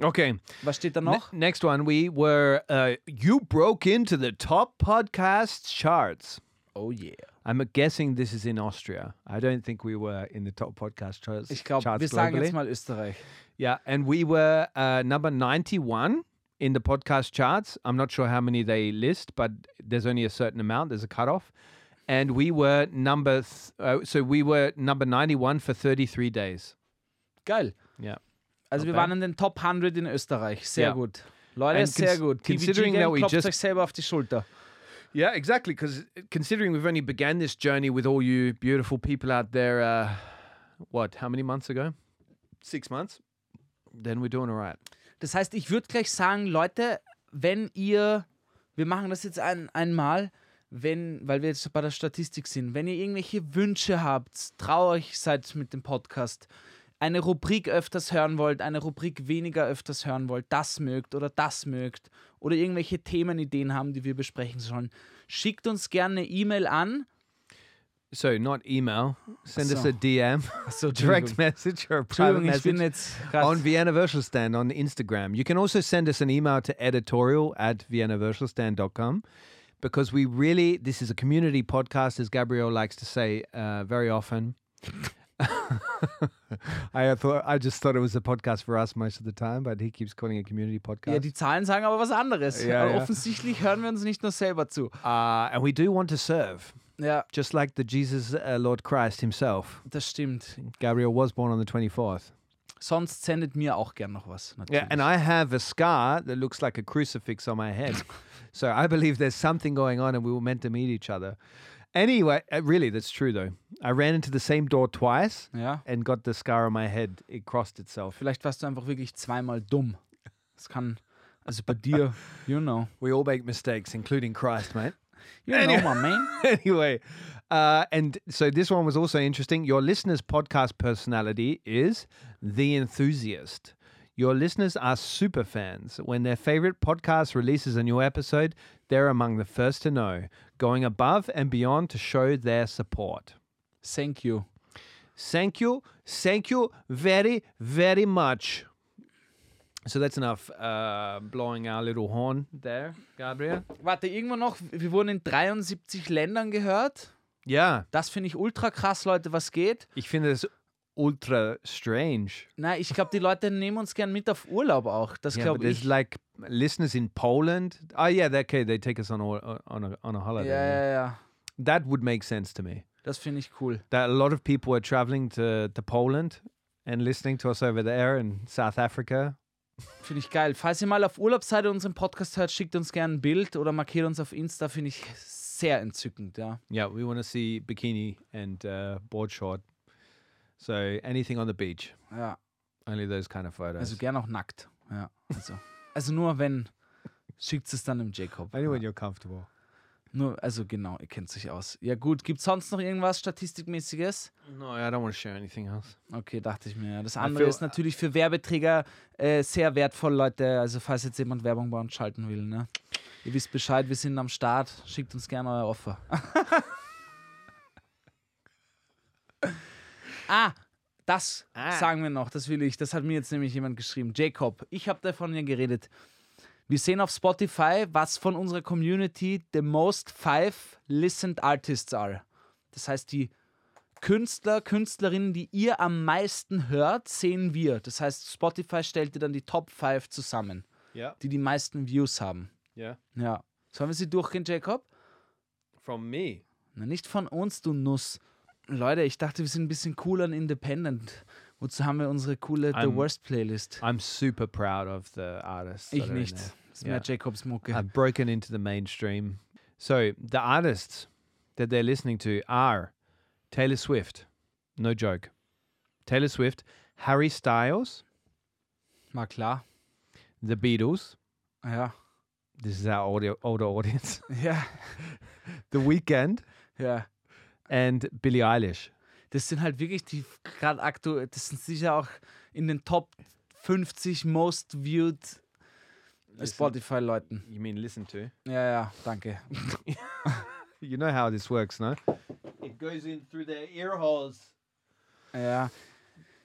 B: Okay.
A: Was steht da
B: Ne-
A: noch?
B: next one, we were uh, you broke into the top podcast charts.
A: Oh yeah.
B: I'm guessing this is in Austria. I don't think we were in the top podcast charts.
A: Ich glaube,
B: charts
A: wir sagen
B: globally.
A: jetzt mal Österreich.
B: Yeah, and we were uh, number 91 in the podcast charts. I'm not sure how many they list, but there's only a certain amount. There's a cutoff, and we were number. Th- uh, so we were number 91 for 33 days.
A: Geil.
B: Yeah.
A: Also
B: Not
A: wir
B: bad.
A: waren in den Top 100 in Österreich. Sehr
B: Ja.
A: gut. Leute,
B: And
A: sehr
B: cons-
A: gut.
B: considering
A: TBG Gang
B: that we
A: klopft
B: just-
A: euch selber auf die Schulter.
B: Yeah, exactly. Because considering we've only began this journey with all you beautiful people out there, uh, what? How many months ago? Six months. Then we're doing all right.
A: Das heißt, ich würde gleich sagen, Leute, wenn ihr, wir machen das jetzt ein, einmal, wenn, weil wir jetzt bei der Statistik sind, wenn ihr irgendwelche Wünsche habt, traurig seid mit dem Podcast, eine Rubrik öfters hören wollt, eine Rubrik weniger öfters hören wollt, das mögt oder das mögt oder irgendwelche Themenideen haben, die wir besprechen sollen, schickt uns gerne eine E-Mail an.
B: So not email. Send us
A: So.
B: a *laughs* DM,
A: Achso,
B: direct message, or a private
A: Entschuldigung, ich bin
B: message
A: jetzt krass.
B: on Vienna Stand on Instagram. You can also send us an email to editorial at viennaversalstand.com because we really this is a community podcast, as Gabrielle likes to say uh, very often. I thought I just thought it was a podcast for us most of the time, but he keeps calling it a community
A: ja,
B: podcast.
A: die Zahlen sagen aber was anderes.
B: Ja,
A: aber
B: ja.
A: offensichtlich hören wir uns nicht nur selber zu.
B: uh, and we do want to serve,
A: Ja,
B: just like the Jesus uh, Lord Christ himself.
A: das stimmt.
B: Gabriel was born on the twenty fourth.
A: Sonst sendet mir auch gern noch was. Natürlich.
B: Yeah, and I have a scar that looks like a crucifix on my head. so I believe there's something going on and we were meant to meet each other. Anyway, uh, really, that's true though. I ran into the same door twice
A: ja.
B: and got the scar on my head. It crossed itself.
A: Vielleicht warst du einfach wirklich zweimal dumm. Das kann, also bei dir, you know.
B: We all make mistakes, including Christ, mate.
A: You know, my man.
B: anyway, uh, and so this one was also interesting. Your listener's podcast personality is The Enthusiast. Your listeners are super fans. When their favorite podcast releases a new episode, they're among the first to know, going above and beyond to show their support.
A: Thank you.
B: Thank you. Thank you very, very much. So that's enough uh, blowing our little horn there, Gabriel.
A: Warte, irgendwo noch, wir wurden in 73 Ländern gehört.
B: Yeah.
A: Das finde ich ultra krass, Leute, was geht.
B: Ich finde das ultra strange.
A: Na, ich glaube, die Leute nehmen uns gern mit auf Urlaub auch. Das
B: Yeah, but
A: glaube
B: there's
A: ich.
B: like listeners in Poland. Oh yeah, they, okay, they take us on a, on a on a
A: Ja,
B: holiday.
A: ja, ja.
B: That would make sense to me.
A: Das finde ich cool.
B: That a lot of people are traveling to to Poland and listening to us over there in South Africa.
A: Finde ich geil. Falls ihr mal auf Urlaubsseite unseren Podcast hört, schickt uns gerne ein Bild oder markiert uns auf Insta. Finde ich sehr entzückend, ja.
B: Yeah, we want to see bikini and uh, board short. So anything on the beach,
A: Ja,
B: only those kind of photos.
A: also gern auch nackt. Ja, also. also nur wenn, schickt es dann dem Jacob.
B: only when
A: ja.
B: you're comfortable.
A: Nur, also genau, ihr kennt sich aus. Ja gut, gibt sonst noch irgendwas Statistikmäßiges?
B: No, I don't want to share anything else.
A: Okay, dachte ich mir. ja. Das andere
B: feel-
A: ist natürlich für Werbeträger äh, sehr wertvoll, Leute. Also falls jetzt jemand Werbung bei uns schalten will, ne? Ihr wisst Bescheid, wir sind am Start. Schickt uns gerne euer Offer. *laughs* ah, das sagen wir noch, das will ich. Das hat mir jetzt nämlich jemand geschrieben. Jacob, ich habe davon ja geredet. Wir sehen auf Spotify, was von unserer Community the most five listened artists are. Das heißt, die Künstler, Künstlerinnen, die ihr am meisten hört, sehen wir. Das heißt, Spotify stellt dir dann die Top 5 zusammen,
B: Yeah,
A: die die meisten Views haben.
B: yeah.
A: Ja. Sollen wir sie durchgehen, Jacob?
B: From me.
A: Na, nicht von uns, du Nuss. Leute, ich dachte, wir sind ein bisschen cool und independent. Wozu haben wir unsere coole The
B: I'm-
A: Worst Playlist?
B: I'm super proud of the artists. that
A: Ich
B: are in
A: nicht.
B: there.
A: Das ist mehr
B: Ja.
A: Jacobs Mucke.
B: I've broken into the mainstream. So the artists that they're listening to are Taylor Swift, no joke. Taylor Swift, Harry Styles,
A: Mal klar.
B: The Beatles.
A: Ja.
B: This is our audio, older audience. *laughs*
A: Ja.
B: the Weeknd
A: Ja.
B: and Billie Eilish.
A: Das sind halt wirklich die gerade aktuell, das sind sicher auch in den Top 50 most viewed Spotify-Leuten.
B: You mean listen to?
A: Ja, ja, danke.
B: You know how this works, no? It goes in through their ear holes.
A: Ja.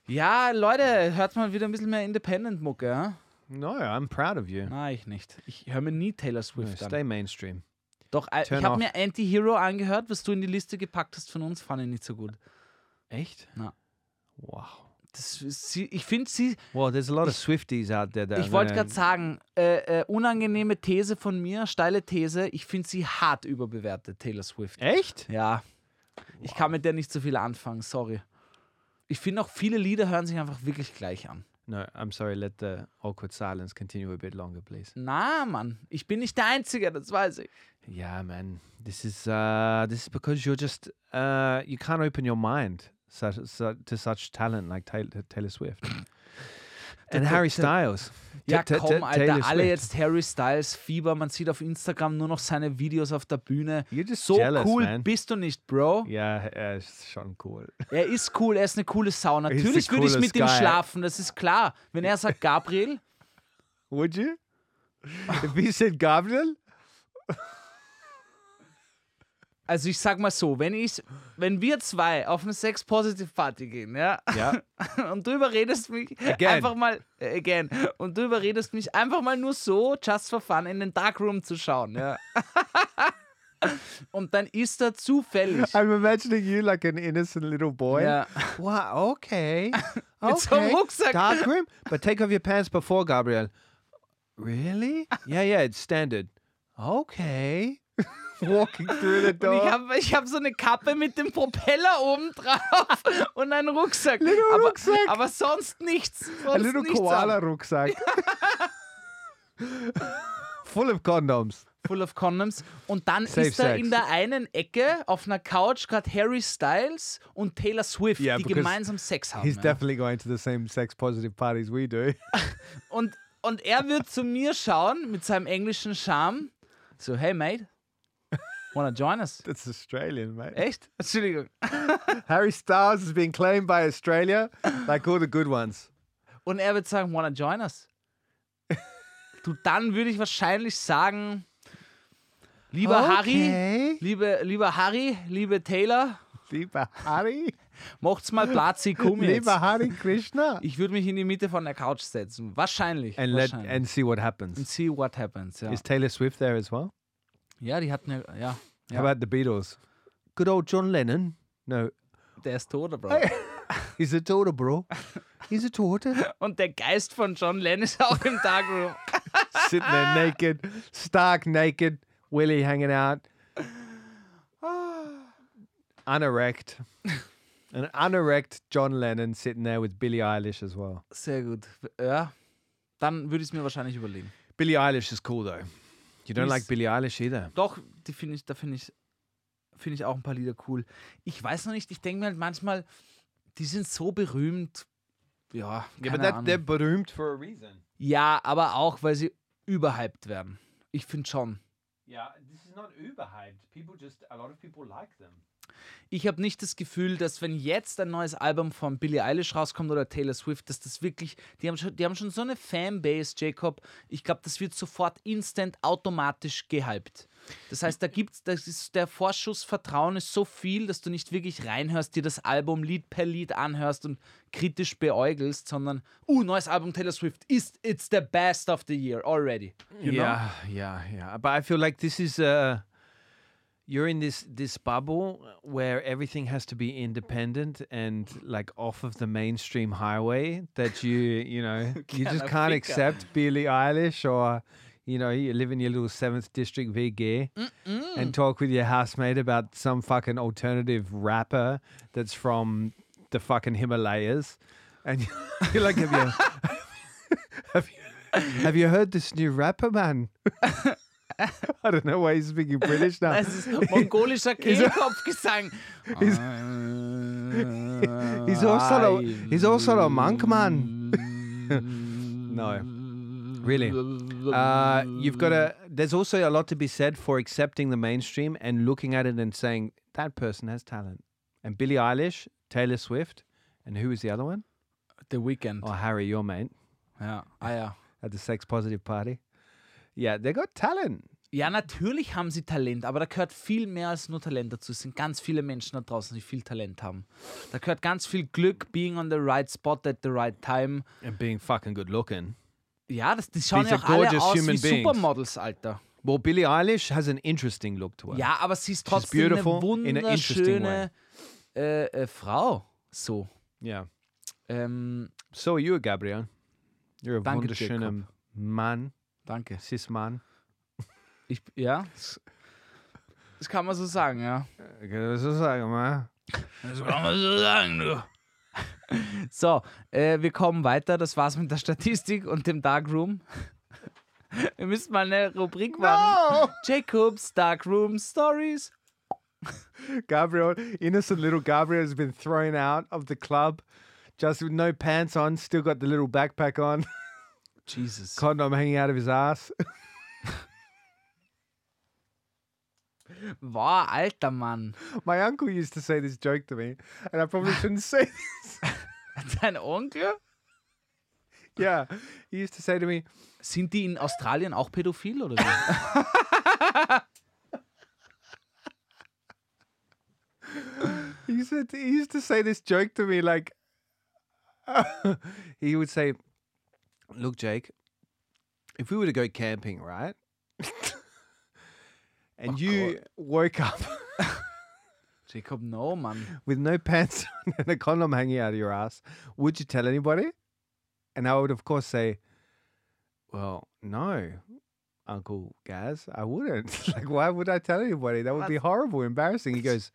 A: Ja, Leute, hört mal wieder ein bisschen mehr Independent-Mucke, ja?
B: No, I'm proud of you.
A: Nein, ich nicht. Ich höre mir nie Taylor
B: No,
A: Swift
B: stay
A: an.
B: mainstream.
A: Doch, äh, ich
B: turn
A: habe
B: off.
A: mir Anti-Hero angehört, was du in die Liste gepackt hast von uns, fand ich nicht so gut.
B: Echt?
A: No.
B: Wow.
A: Das, ist- sie, ich finde sie,
B: Well, there's a lot of Swifties out there. That
A: ich wollte
B: gonna-
A: gerade sagen, äh, äh, unangenehme These von mir, steile These, ich finde sie hart überbewertet, Taylor Swift.
B: Echt?
A: Ja. Ich kann mit der nicht so viel anfangen, sorry. Ich finde auch, viele Lieder hören sich einfach wirklich gleich an.
B: No, I'm sorry. Let the awkward silence continue a bit longer, please.
A: Na, Mann, ich bin nicht der Einzige, das weiß ich.
B: Yeah, man. This is uh, this is because you're just uh, you can't open your mind such, su to such talent like Taylor, Taylor Swift and Harry Styles.
A: Ja,
B: Ta- ta-
A: komm,
B: ta-
A: Alter, alle
B: Swift.
A: jetzt Harry Styles, Fieber, man sieht auf Instagram nur noch seine Videos auf der Bühne.
B: You're just
A: so
B: jealous,
A: cool
B: man.
A: bist du nicht, Bro.
B: Ja, er ist schon cool.
A: Er ist cool, er ist eine coole Sau.
B: ist
A: Natürlich
B: der
A: würde ich mit
B: coolest
A: ihm
B: Guy.
A: schlafen, das ist klar. Wenn er sagt Gabriel,
B: *laughs* Would you? If he said Gabriel?
A: also ich sag mal so, wenn ich, wenn wir zwei auf eine Sex-Positive-Party gehen, ja,
B: Ja.
A: *laughs* und du überredest mich
B: Again.
A: einfach mal, äh, again, und du überredest mich einfach mal nur so, just for fun, in den Darkroom zu schauen, ja. *laughs* und dann ist er zufällig.
B: I'm imagining you like an innocent little boy.
A: Ja.
B: Wow, okay.
A: Mit so einem Rucksack.
B: Dark room, but take off your pants before Gabriel. Really? Yeah, yeah, it's standard. Okay. Walking through the
A: Und
B: door.
A: ich habe ich hab so eine Kappe mit dem Propeller oben drauf *laughs* und einen Rucksack.
B: Little
A: aber,
B: Rucksack.
A: aber sonst nichts. Sonst
B: a little
A: nichts
B: koala
A: an.
B: rucksack. Full of condoms.
A: Full of Condoms. Und dann
B: Safe
A: ist da
B: sex.
A: in der einen Ecke auf einer Couch gerade Harry Styles und Taylor Swift,
B: Yeah,
A: die
B: because
A: gemeinsam Sex haben.
B: He's
A: ja.
B: definitely going to the same sex positive parties we do. *laughs*
A: Und, und er wird zu mir schauen mit seinem englischen Charme. So, hey, mate, wanna join us?
B: That's Australian, mate.
A: Echt? Entschuldigung.
B: Harry Styles has been claimed by Australia, like all the good ones.
A: Und er wird sagen, wanna join us? du, dann würde ich wahrscheinlich sagen, lieber Harry,
B: Okay.
A: liebe, lieber Harry, liebe Taylor,
B: Lieber Harry.
A: macht's mal Platz, ich komm jetzt.
B: Lieber
A: *laughs*
B: Harry Krishna.
A: Ich würde mich in die Mitte von der Couch setzen. Wahrscheinlich.
B: And let
A: wahrscheinlich.
B: and see what happens.
A: see what happens, ja.
B: Is Taylor Swift there as well?
A: ja, die hatten ja, ja.
B: How about the Beatles? Good old John Lennon. No,
A: Der ist tot, Bro.
B: he's a daughter,
A: *laughs*
B: bro. He's a daughter.
A: Und der Geist von John Lennon ist auch im Darkroom.
B: Sitting there naked, stark naked, Willie
A: *sighs*
B: hanging out, unerect.
A: *laughs*
B: An unerect John Lennon sitting there with Billie Eilish as well.
A: Sehr gut. Ja. Dann würde ich es mir wahrscheinlich überlegen.
B: Billie Eilish is cool though. You don't
A: Miss-
B: like Billie Eilish either.
A: Doch, die finde ich, da finde ich, finde ich auch ein paar Lieder cool. Ich weiß noch nicht, ich denke mir halt manchmal, die sind so berühmt. Ja, keine Ahnung.
B: berühmt for a reason.
A: ja, aber auch, weil sie überhyped werden. Ich finde schon.
B: Yeah, this is not überhyped. People just a lot of people like them.
A: Ich habe nicht das Gefühl, dass wenn jetzt ein neues Album von Billie Eilish rauskommt oder Taylor Swift, dass das wirklich, die haben schon, die haben schon so eine Fanbase, Jacob. Ich glaube, das wird sofort instant automatisch gehypt. Das heißt, da gibt's, das ist, der Vorschuss Vertrauen ist so viel, dass du nicht wirklich reinhörst, dir das Album Lied per Lied anhörst und kritisch beäugelst, sondern, uh, neues Album Taylor Swift ist, it's the best of the year already. You know?
B: yeah, yeah, yeah. But I feel like this is uh you're in this this bubble where everything has to be independent and like off of the mainstream highway that you you know you just can't
A: Cannabica.
B: accept Billie Eilish or you know you live in your little seventh district VG and talk with your housemate about some fucking alternative rapper that's from the fucking Himalayas and *laughs* you're like have you *laughs* have you, have you heard this new rapper man? *laughs* I don't know why he's speaking British now.
A: Das ist
B: *laughs*
A: mongolischer Kehlkopfgesang.
B: He's also a, he's also a monk man. *laughs* no, really. Uh, you've got to. There's also a lot to be said for accepting the mainstream and looking at it and saying that person has talent. And Billie Eilish, Taylor Swift, and who was the other one?
A: The Weekend.
B: Oh, Harry, your mate
A: Ja, ah ja.
B: at the sex positive party. Yeah, they got talent.
A: Ja, natürlich haben sie Talent, aber da gehört viel mehr als nur Talent dazu. Es sind ganz viele Menschen da draußen, die viel Talent haben. Da gehört ganz viel Glück, being on the right spot at the right time.
B: And being fucking good looking.
A: Ja, das, die schauen
B: These
A: ja
B: are
A: auch alle
B: gorgeous
A: aus
B: human
A: wie
B: beings.
A: Supermodels, Alter.
B: Well, Billie Eilish has an interesting look to her.
A: Ja, aber sie ist trotzdem eine
B: beautiful in an interesting
A: wunderschöne äh, äh, Frau. So.
B: Yeah.
A: Ähm,
B: So are you, Gabriel. You're a
A: Danke,
B: wunderschöner
A: Jacob.
B: Mann,
A: danke.
B: cis Mann.
A: Ich, ja, das, das kann man so sagen, ja.
B: Okay, was soll ich sagen, man?
A: Das kann man so sagen, du. *laughs* So, äh, wir kommen weiter. Das war's mit der Statistik und dem Darkroom. *laughs* Wir müssen mal eine Rubrik machen.
B: Oh,
A: Jacobs Darkroom Stories.
B: Gabriel, innocent little Gabriel has been thrown out of the club, just with no pants on, still got the little backpack on, *laughs*
A: Jesus.
B: condom hanging out of his ass. *laughs*
A: Wow, alter Mann. *laughs*
B: My uncle used to say this joke to me, and I probably shouldn't say *laughs* this.
A: Dein Onkel?
B: yeah, he used to say to me,
A: Sind die in Australien auch pädophil oder *laughs* wie?
B: he used to, he used to say this joke to me, like, *laughs* he would say, Look, Jake, if we were to go camping, right? *laughs* and you woke up
A: Jacob, no, Mann.
B: with no pants *laughs* on and a condom hanging out of your ass, would you tell anybody? And I would, of course, say, Well, no, Uncle Gaz, I wouldn't. *laughs* like, why would I tell anybody? That would be horrible, embarrassing. He goes,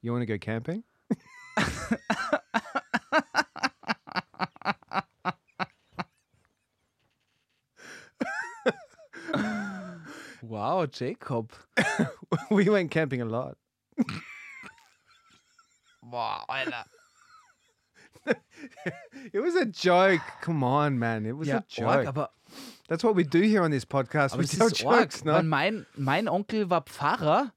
B: You want to go camping? *laughs*
A: Wow, Jacob.
B: we went camping a lot.
A: Wow, Alter.
B: It was a joke. Come on, man. It was
A: Ja,
B: a joke.
A: arg, aber,
B: That's what we do here on this podcast.
A: aber
B: we
A: es
B: tell
A: ist
B: jokes, ne?
A: arg. Weil
B: no?
A: mein, mein Onkel war Pfarrer.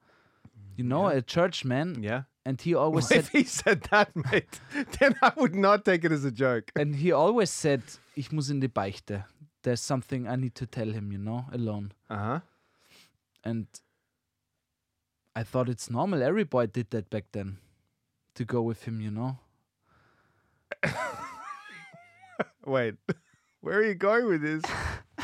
A: You know, a churchman.
B: *laughs* yeah.
A: And he always said,
B: If he said that, mate, *laughs* then I would not take it as a joke.
A: and he always said, ich muss in die Beichte. There's something I need to tell him, you know, alone.
B: Uh huh.
A: And I thought it's normal. Every boy did that back then to go with him, you know.
B: Wait, *laughs* where are you going with this?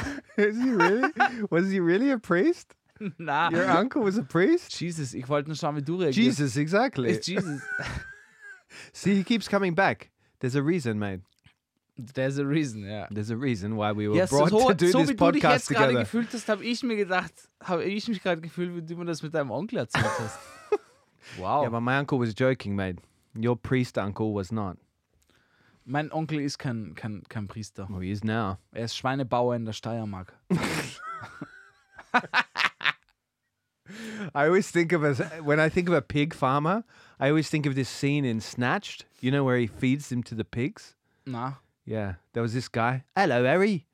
B: *laughs* Is he really? Was he really a priest?
A: Na,
B: Your
A: *laughs*
B: uncle was a priest?
A: Jesus, ich wollte nur schauen, wie du reagierst.
B: Jesus, exactly.
A: Ist Jesus.
B: See, he keeps coming back. There's a reason, mate.
A: There's a reason, ja.
B: There's a reason why we were
A: Ja, so,
B: brought *laughs* to do
A: so
B: this
A: wie du dich
B: podcast
A: jetzt gerade
B: together.
A: gefühlt hast, habe ich mir gedacht, habe ich mich gerade gefühlt, wie du mir das mit deinem Onkel erzählt
B: *laughs*
A: hast. Wow.
B: Yeah, but my uncle was joking, mate. Your priest uncle was not.
A: mein Onkel ist kein, kein, kein Priester.
B: Well, he is now.
A: Er ist Schweinebauer in der Steiermark.
B: I always think of as when I think of a pig farmer, I always think of this scene in Snatched. You know where he feeds them to the pigs.
A: Na,
B: Yeah, there was this guy. Hello, Harry.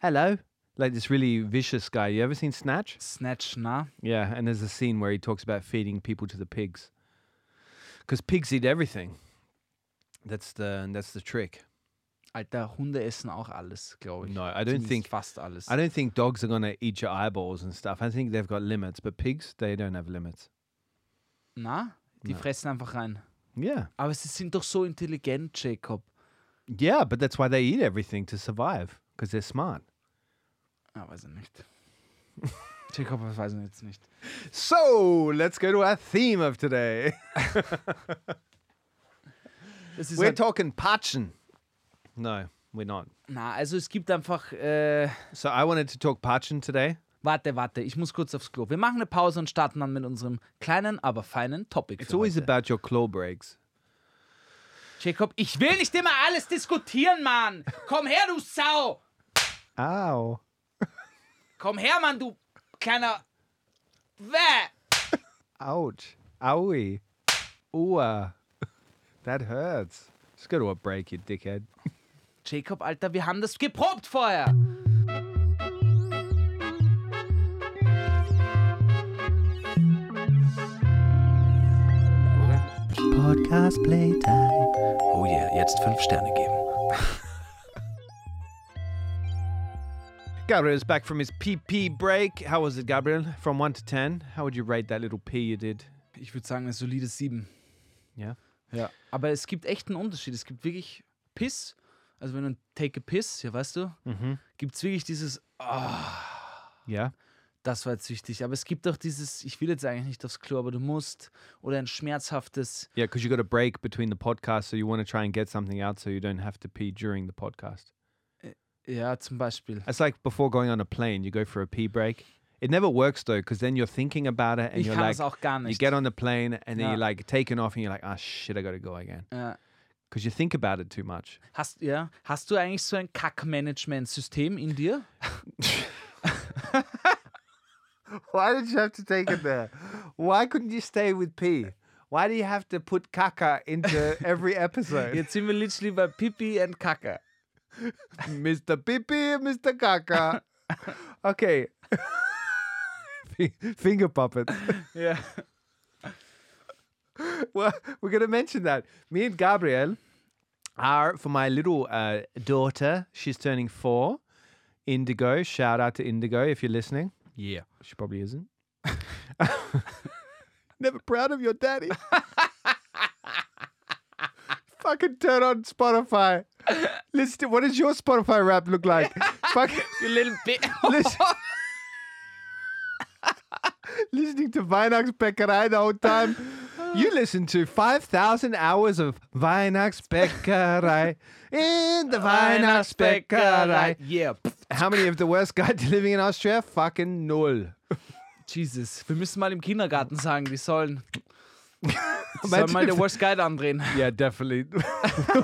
B: Hello. Like this really vicious guy. You ever seen Snatch?
A: Snatch, na.
B: Yeah, and there's a scene where he talks about feeding people to the pigs. Because pigs eat everything. That's the that's the trick.
A: Alter, Hunde essen auch alles, glaube ich.
B: No, I don't
A: Zumindest
B: think
A: Fast alles.
B: I don't think dogs are gonna eat your eyeballs and stuff. I think they've got limits, but pigs they don't have limits.
A: Na, die fressen einfach rein.
B: Yeah,
A: Aber sie sind doch so intelligent, Jacob.
B: yeah, but that's why they eat everything to survive because they're smart.
A: Ah, weiß ich
B: *laughs*
A: nicht. Jacob, das weiß ich jetzt nicht.
B: So let's go to our theme of today.
A: Das ist
B: we're
A: halt,
B: talking patchen. No, we're not.
A: na, also es gibt einfach. Äh,
B: So I wanted to talk patchen today.
A: Warte, warte, ich muss kurz aufs Klo. Wir machen eine Pause und starten dann mit unserem kleinen, aber feinen Topic.
B: It's
A: Für
B: always
A: heute.
B: about your claw breaks.
A: Jacob, ich will nicht immer alles diskutieren, Mann. Komm her, du Sau.
B: Ow.
A: Komm her, Mann, du kleiner. Wäh.
B: Ouch. Owie. Ooh. *laughs* That hurts. Just go to a break, you dickhead.
A: Jacob, Alter, wir haben das geprobt vorher.
B: Podcast playtime.
F: Oh yeah, jetzt fünf Sterne geben.
B: Gabriel's back from his PP break. How was it, Gabriel? From 1 to 10, how would you rate that little pee you did?
A: Ich würde sagen, eine solide 7.
B: Ja.
A: Ja. Aber es gibt echt einen Unterschied. Es gibt wirklich Piss. Also, ah, wenn du ein Take a Piss, ja, weißt du, gibt's gibt es wirklich dieses
B: Yeah.
A: Das war jetzt wichtig. Aber es gibt auch dieses, ich will jetzt eigentlich nicht aufs Klo, aber du musst. Oder ein schmerzhaftes,
B: Yeah, because you got a break between the podcast, so you want to try and get something out so you don't have to pee during the podcast.
A: ja, zum Beispiel.
B: It's like before going on a plane, you go for a pee break. It never works though, because then you're thinking about it and
A: Ich
B: you're
A: kann
B: like,
A: es auch gar
B: you
A: nicht.
B: get on the plane and then
A: Yeah.
B: you're like taking off and you're like, ah, shit, I got to go again.
A: Ja.
B: Because you think about it too much.
A: Hast, ja, hast du eigentlich so ein Kack-Management-System in dir?
B: *laughs* Why did you have to take it there? Why couldn't you stay with pee? Why do you have to put caca *laughs* into every episode?
A: Jetzt sind wir literally bei Pipi and Kacke.
B: Mr. Pippi, Mr. Caca. *laughs* okay. *laughs* Fi- Finger puppets.
A: Ja.
B: *laughs* well, we're going to mention that. Me and Gabriel are, for my little uh, daughter, she's turning four. Indigo, shout out to Indigo if you're listening. Yeah. She probably isn't. *laughs* Never proud of your daddy. *laughs* Fucking turn on Spotify. Listen, to- what does your Spotify rap look *laughs* like? Fucking.
A: You little bit.
B: Listen- listening to Weihnachtsbäckerei the whole time. You listen to 5,000 hours of Weihnachtsbäckerei in the *laughs* Weihnachtsbäckerei.
A: Yeah.
B: How many of the worst guys *laughs* living in Austria? Fucking null.
A: Jesus. Wir müssen mal im Kindergarten sagen, die
B: *laughs*
A: sollen, die
B: Meinst
A: sollen
B: du,
A: mal
B: wir-
A: der Worst Guide andrehen.
B: Yeah, definitely.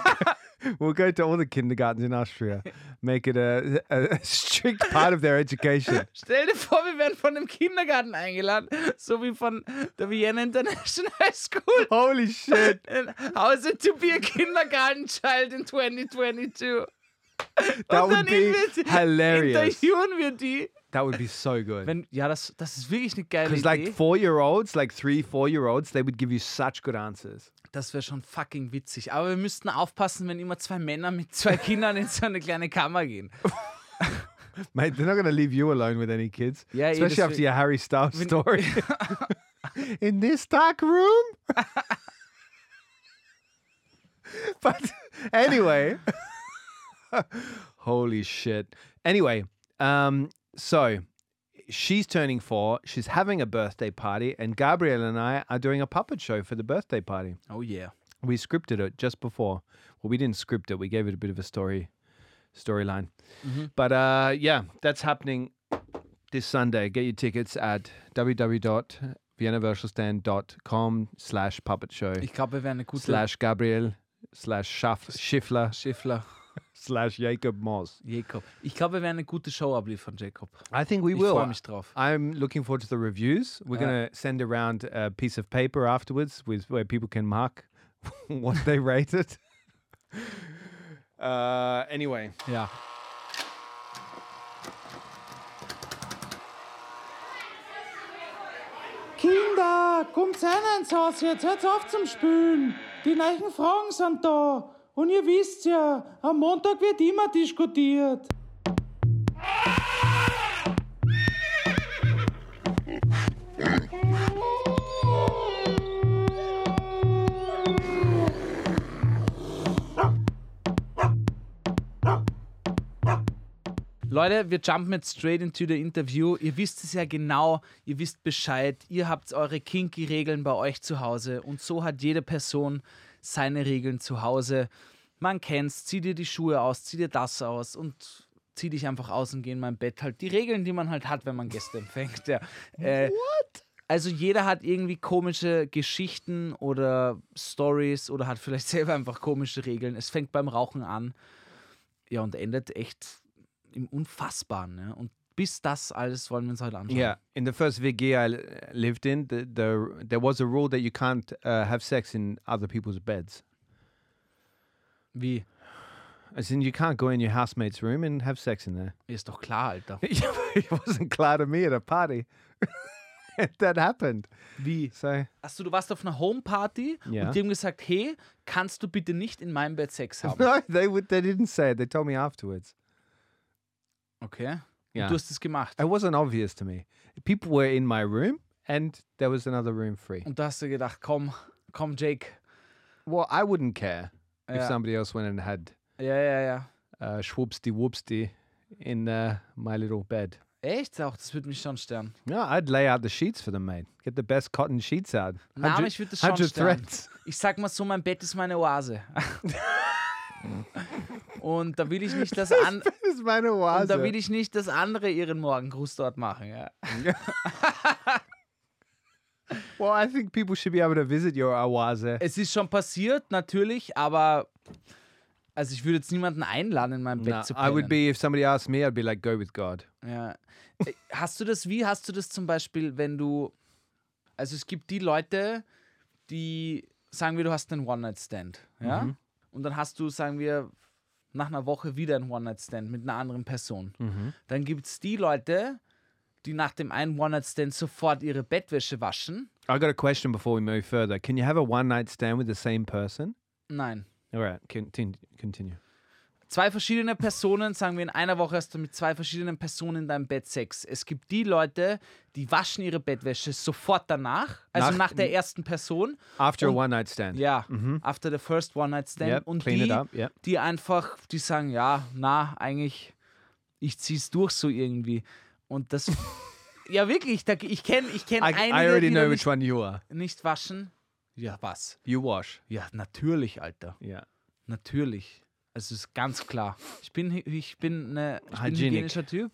B: *laughs* we'll go to all the kindergartens in Austria, make it a, a strict part of their education.
A: Stell dir vor, wir werden von dem Kindergarten eingeladen, so wie von der Vienna International *laughs* School.
B: *laughs* Holy shit.
A: And How is it to be a kindergarten child in 2022?
B: That
A: Und dann
B: would be
A: inter-
B: hilarious.
A: Interviewen wir die.
B: That would be so good.
A: Wenn, ja, das, das ist wirklich eine geile
B: Because
A: Idee.
B: like four year olds, like three, four year olds, they would give you such good answers.
A: Das wäre schon fucking witzig. Aber wir müssten aufpassen, wenn immer zwei Männer mit zwei *laughs* Kindern in so eine kleine Kammer gehen.
B: Mate, they're not gonna leave you alone with any kids.
A: Yeah, yeah,
B: Especially
A: that's
B: after
A: right.
B: your Harry Styles story. *laughs* In this dark room. but anyway. *laughs* Holy shit. Anyway, um, so she's turning four, she's having a birthday party, and Gabrielle and I are doing a puppet show for the birthday party.
A: Oh yeah.
B: we scripted it just before. Well, we didn't script it. We gave it a bit of a story storyline. But uh, yeah, that's happening this Sunday. Get your tickets at www.viennaversalstand.com slash puppet show
A: Ich glaube, wir wären eine gute
B: slash Gabriel slash Schaff, Schiffler
A: Schiffler,
B: slash Jacob Moss.
A: Jakob. Ich glaube, wir werden eine gute Show abliefern, Jakob.
B: I think we
A: Ich
B: will.
A: freue mich drauf.
B: I'm looking forward to the reviews. We're
A: Yeah.
B: going to send around a piece of paper afterwards with where people can mark *laughs* what they rated. Uh, anyway,
A: Ja.
G: Kinder, kommt rein ins Haus jetzt, hört auf zum Spülen. Die neuen Fragen sind da. Und ihr wisst ja, am Montag wird immer diskutiert.
A: Leute, wir jumpen jetzt straight into the interview. Ihr wisst es ja genau, ihr wisst Bescheid, ihr habt eure Kinky-Regeln bei euch zu Hause und so hat jede Person seine Regeln zu Hause. Man kennt's, zieh dir die Schuhe aus, zieh dir das aus und zieh dich einfach aus und geh in mein Bett. Halt die Regeln, die man halt hat, wenn man Gäste empfängt. Ja. Äh, also jeder hat irgendwie komische Geschichten oder Stories oder hat vielleicht *laughs* selber einfach komische Regeln. Es fängt beim Rauchen an. Ja, und endet echt im Unfassbaren. Ne? Und bis das alles wollen wir uns heute anschauen.
B: yeah, in the first VG I l- lived in, the, the there was a rule that you can't uh, have sex in other people's beds.
A: Wie?
B: As in, you can't go in your housemate's room and have sex in there. *laughs*
A: Ist doch klar, Alter.
B: it wasn't clear to me at a party. *laughs* that happened.
A: Wie?
B: So
A: Achso, du warst auf einer Homeparty
B: Ja.
A: und die haben gesagt, hey, kannst du bitte nicht in meinem Bett Sex haben?
B: *laughs* no, they would. They didn't say it. They told me afterwards.
A: Okay.
B: Yeah.
A: Und du hast es gemacht.
B: It wasn't obvious to me. People were in my room and there was another room free.
A: Und da hast du gedacht, komm, komm, Jake.
B: Well, I wouldn't care if
A: Yeah.
B: somebody else went and had
A: Ja, ja, ja.
B: uh, schwupsty whoopsty in uh, my little bed.
A: Echt? Auch das würde mich schon stören.
B: No, I'd lay out the sheets for them, mate. Get the best cotton sheets out.
A: Na, aber ich würde das schon
B: 100
A: stören.
B: threads. *laughs*
A: Ich sag mal so, mein Bett ist meine Oase. Und da will ich nicht, dass an
B: Das ist meine Oase.
A: und da will ich nicht, dass andere ihren Morgengruß dort machen. Ja.
B: Well, I think people should be able to visit your Oase.
A: Es ist schon passiert, natürlich, aber also ich würde jetzt niemanden einladen, in meinem Bett
B: Nah,
A: zu pennen.
B: I would be, if somebody asked me, I'd be like, go with God.
A: Ja. Äh, Hast du das, wie hast du das zum Beispiel, wenn du, also es gibt die Leute, die, sagen wir, du hast einen One-Night-Stand, ja? Und dann hast du, sagen wir, nach einer Woche wieder einen One-Night-Stand mit einer anderen Person. Dann gibt es die Leute, die nach dem einen One-Night-Stand sofort ihre Bettwäsche waschen.
B: I got a question before we move further. Can you have a one night stand with the same person?
A: Nein.
B: All right, continue. continue.
A: Zwei verschiedene Personen, sagen wir in einer Woche hast du mit zwei verschiedenen Personen in deinem Bett Sex. Es gibt die Leute, die waschen ihre Bettwäsche sofort danach, also
B: Nach-
A: nach der ersten Person.
B: After a
A: Und-
B: one night stand.
A: Ja,
B: Mhm.
A: after the first one night stand.
B: Yep,
A: und
B: clean
A: die,
B: it up, yep.
A: die einfach, die sagen, ja, na, eigentlich, ich zieh's durch so irgendwie. Und
B: *laughs*
A: das, ja wirklich, da, ich kenne ich kenn
B: I,
A: einige,
B: I already
A: die
B: know
A: da
B: which
A: nicht,
B: one you are.
A: nicht waschen. Ja, was?
B: You wash.
A: Ja, natürlich, Alter,
B: Yeah.
A: natürlich. Es ist ganz klar. Ich bin, hy- ich bin, eine, ich bin ein
B: Hygienic.
A: hygienischer Typ.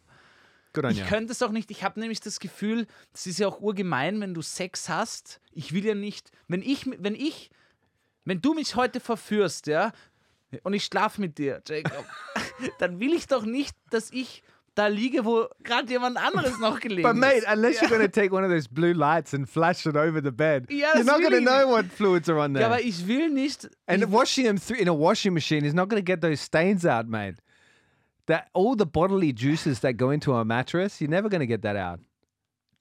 B: Good on
A: Ich
B: you.
A: könnte es auch nicht. Ich habe nämlich das Gefühl, das ist ja auch urgemein, wenn du Sex hast. Ich will ja nicht, wenn ich, wenn ich, wenn du mich heute verführst, ja, und ich schlaf mit dir, Jacob, *laughs* dann will ich doch nicht, dass ich da liege, wo gerade jemand anderes noch gelegen
B: But mate,
A: ist.
B: unless you're gonna take one of those blue lights and flash it over the bed,
A: Yeah,
B: you're
A: that's
B: not gonna
A: really-
B: know what fluids are on there.
A: Ja, aber ich will nicht.
B: and washing them through in a washing machine is not gonna get those stains out, mate. That all the bodily juices that go into a mattress, you're never gonna get that out.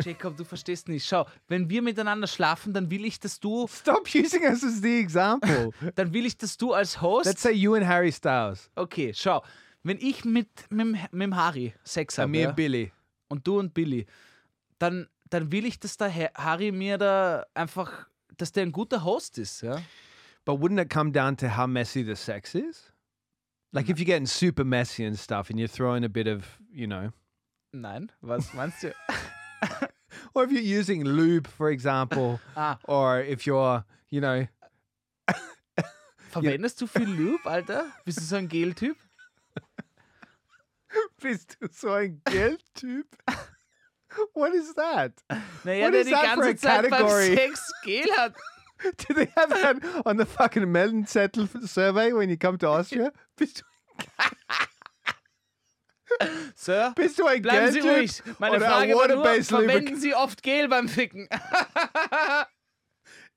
A: Jacob, du verstehst nicht. Schau, wenn wir miteinander schlafen, dann will ich, dass du,
B: Stop *laughs* using us as the
A: *laughs*
B: example.
A: dann will ich, dass du als Host.
B: Let's say you and Harry Styles,
A: okay, schau. Wenn ich mit, mit, mit dem Harry Sex
B: and
A: habe.
B: me
A: ja,
B: and Billy.
A: und du und Billy, dann, dann will ich, dass der Herr- Harry mir da einfach, dass der ein guter Host ist, ja?
B: But wouldn't it come down to how messy the sex is? Like if you're getting super messy and stuff, and you're throwing a bit of, you know,
A: Nein, was meinst
B: *laughs*
A: du?
B: or if you're using lube, for *laughs* example,
A: Ah.
B: or if you're, you *laughs* know,
A: Verwendest du viel Lube, Alter? Bist du so ein Gel-Typ?
B: bist du so ein Geldtyp? *laughs* What is that?
A: Naja,
B: What
A: der
B: is
A: die
B: that for a
A: ganze Zeit
B: category?
A: beim Sex Gel hat.
B: *laughs* Do they have that on the fucking melon settle survey when you *laughs* come to Austria? Bist du,
A: Sir,
B: bist du ein
A: bleiben Sie
B: Geldtyp?
A: ruhig. Meine
B: oder
A: Frage
B: a
A: war nur,
B: water-based lubric-
A: verwenden Sie oft Gel beim
B: *laughs*
A: Ficken?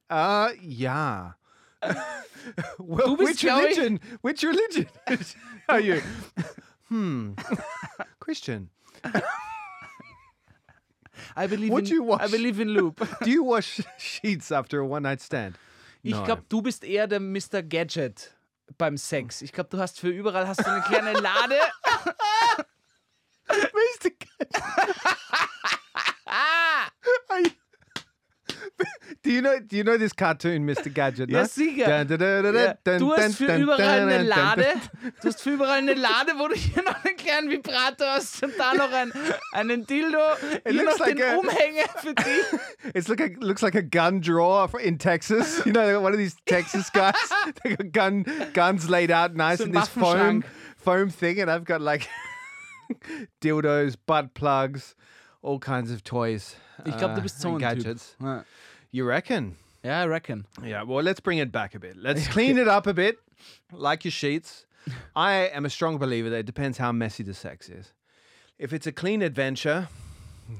B: Ah,
A: *laughs*
B: ja. *laughs* well,
A: Du bist,
B: which
A: glaub ich-
B: religion? Which
A: *laughs*
B: religion are you? hmm. Christian.
A: I believe,
B: Would
A: in,
B: you wash-
A: I believe in *laughs* Lube.
B: Do you wash *laughs* sheets after a one night stand?
A: Ich
B: Nein.
A: glaube, du bist eher der Mr. Gadget beim Sex. Ich glaube, du hast für überall hast du eine kleine
B: *laughs*
A: Lade.
B: Mr. Cat. *laughs* Are you- *laughs* Do you know do you know this cartoon, Mr. Gadget?
A: Ja,
B: no?
A: sicher.
B: Dun, dun, dun, dun,
A: Ja,
B: dun,
A: du
B: dun,
A: hast für
B: dun,
A: überall
B: dun,
A: eine
B: dun, dun,
A: Lade.
B: dun.
A: Du hast für überall eine Lade, wo du hier noch einen kleinen Vibrator hast und da noch ein, einen Dildo, hier
B: looks
A: noch den
B: like a-
A: Umhänger für
B: *laughs*
A: die.
B: It's look like looks like a gun drawer for- in Texas. *laughs* You know, they got one of these Texas guys. *laughs* they got gun guns laid out nice
A: So
B: in this foam
A: Waffenschrank.
B: foam thing, and I've got like *laughs* dildos, butt plugs, all kinds of toys.
A: Ich glaube,
B: uh,
A: du bist so
B: and
A: ein
B: gadgets.
A: Typ. Ja.
B: You reckon?
A: Ja, I reckon.
B: Yeah. Well, let's bring it back a bit. *laughs* Let's clean it up a bit, like your sheets. I am a strong believer that it depends how messy the sex is. If it's a clean adventure,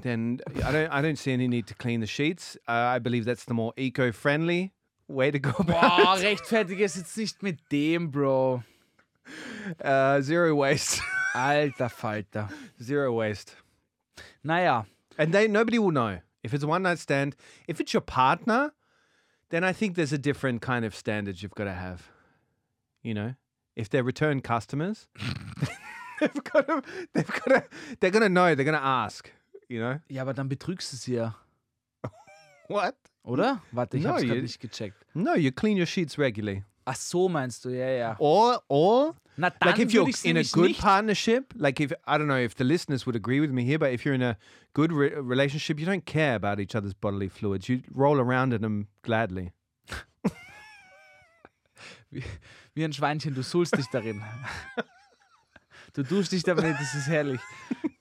B: then I don't I don't see any need to clean the sheets. Uh, I believe that's the more eco-friendly way to go *laughs*
A: *laughs*
B: about
A: Boah, rechtfertige es jetzt nicht mit dem, Bro.
B: it. Uh, zero waste, *laughs*
A: Alter Falter.
B: zero waste,
A: Naja,
B: and they nobody will know if it's a one night stand. If it's your partner, then I think there's a different kind of standard you've got to have. You know, if they're return *laughs* customers, they've got to, they've got to, they're gonna know, they're gonna ask. You know
A: ja, aber dann betrügst du sie ja,
B: what?
A: oder? Warte, ich
B: No,
A: hab's grad
B: you-
A: nicht gecheckt.
B: No, you clean your sheets regularly.
A: Ach so meinst du, ja, ja.
B: Or or
A: Na dann
B: like if you're
A: würde ich's
B: in a
A: nämlich
B: good
A: nicht.
B: partnership, like if I don't know if the listeners would agree with me here, but if you're in a good re- relationship, you don't care about each other's bodily fluids. You roll around in them gladly.
A: *laughs* Wie ein Schweinchen, du suhlst dich darin. *laughs* du duschst dich damit, das ist herrlich.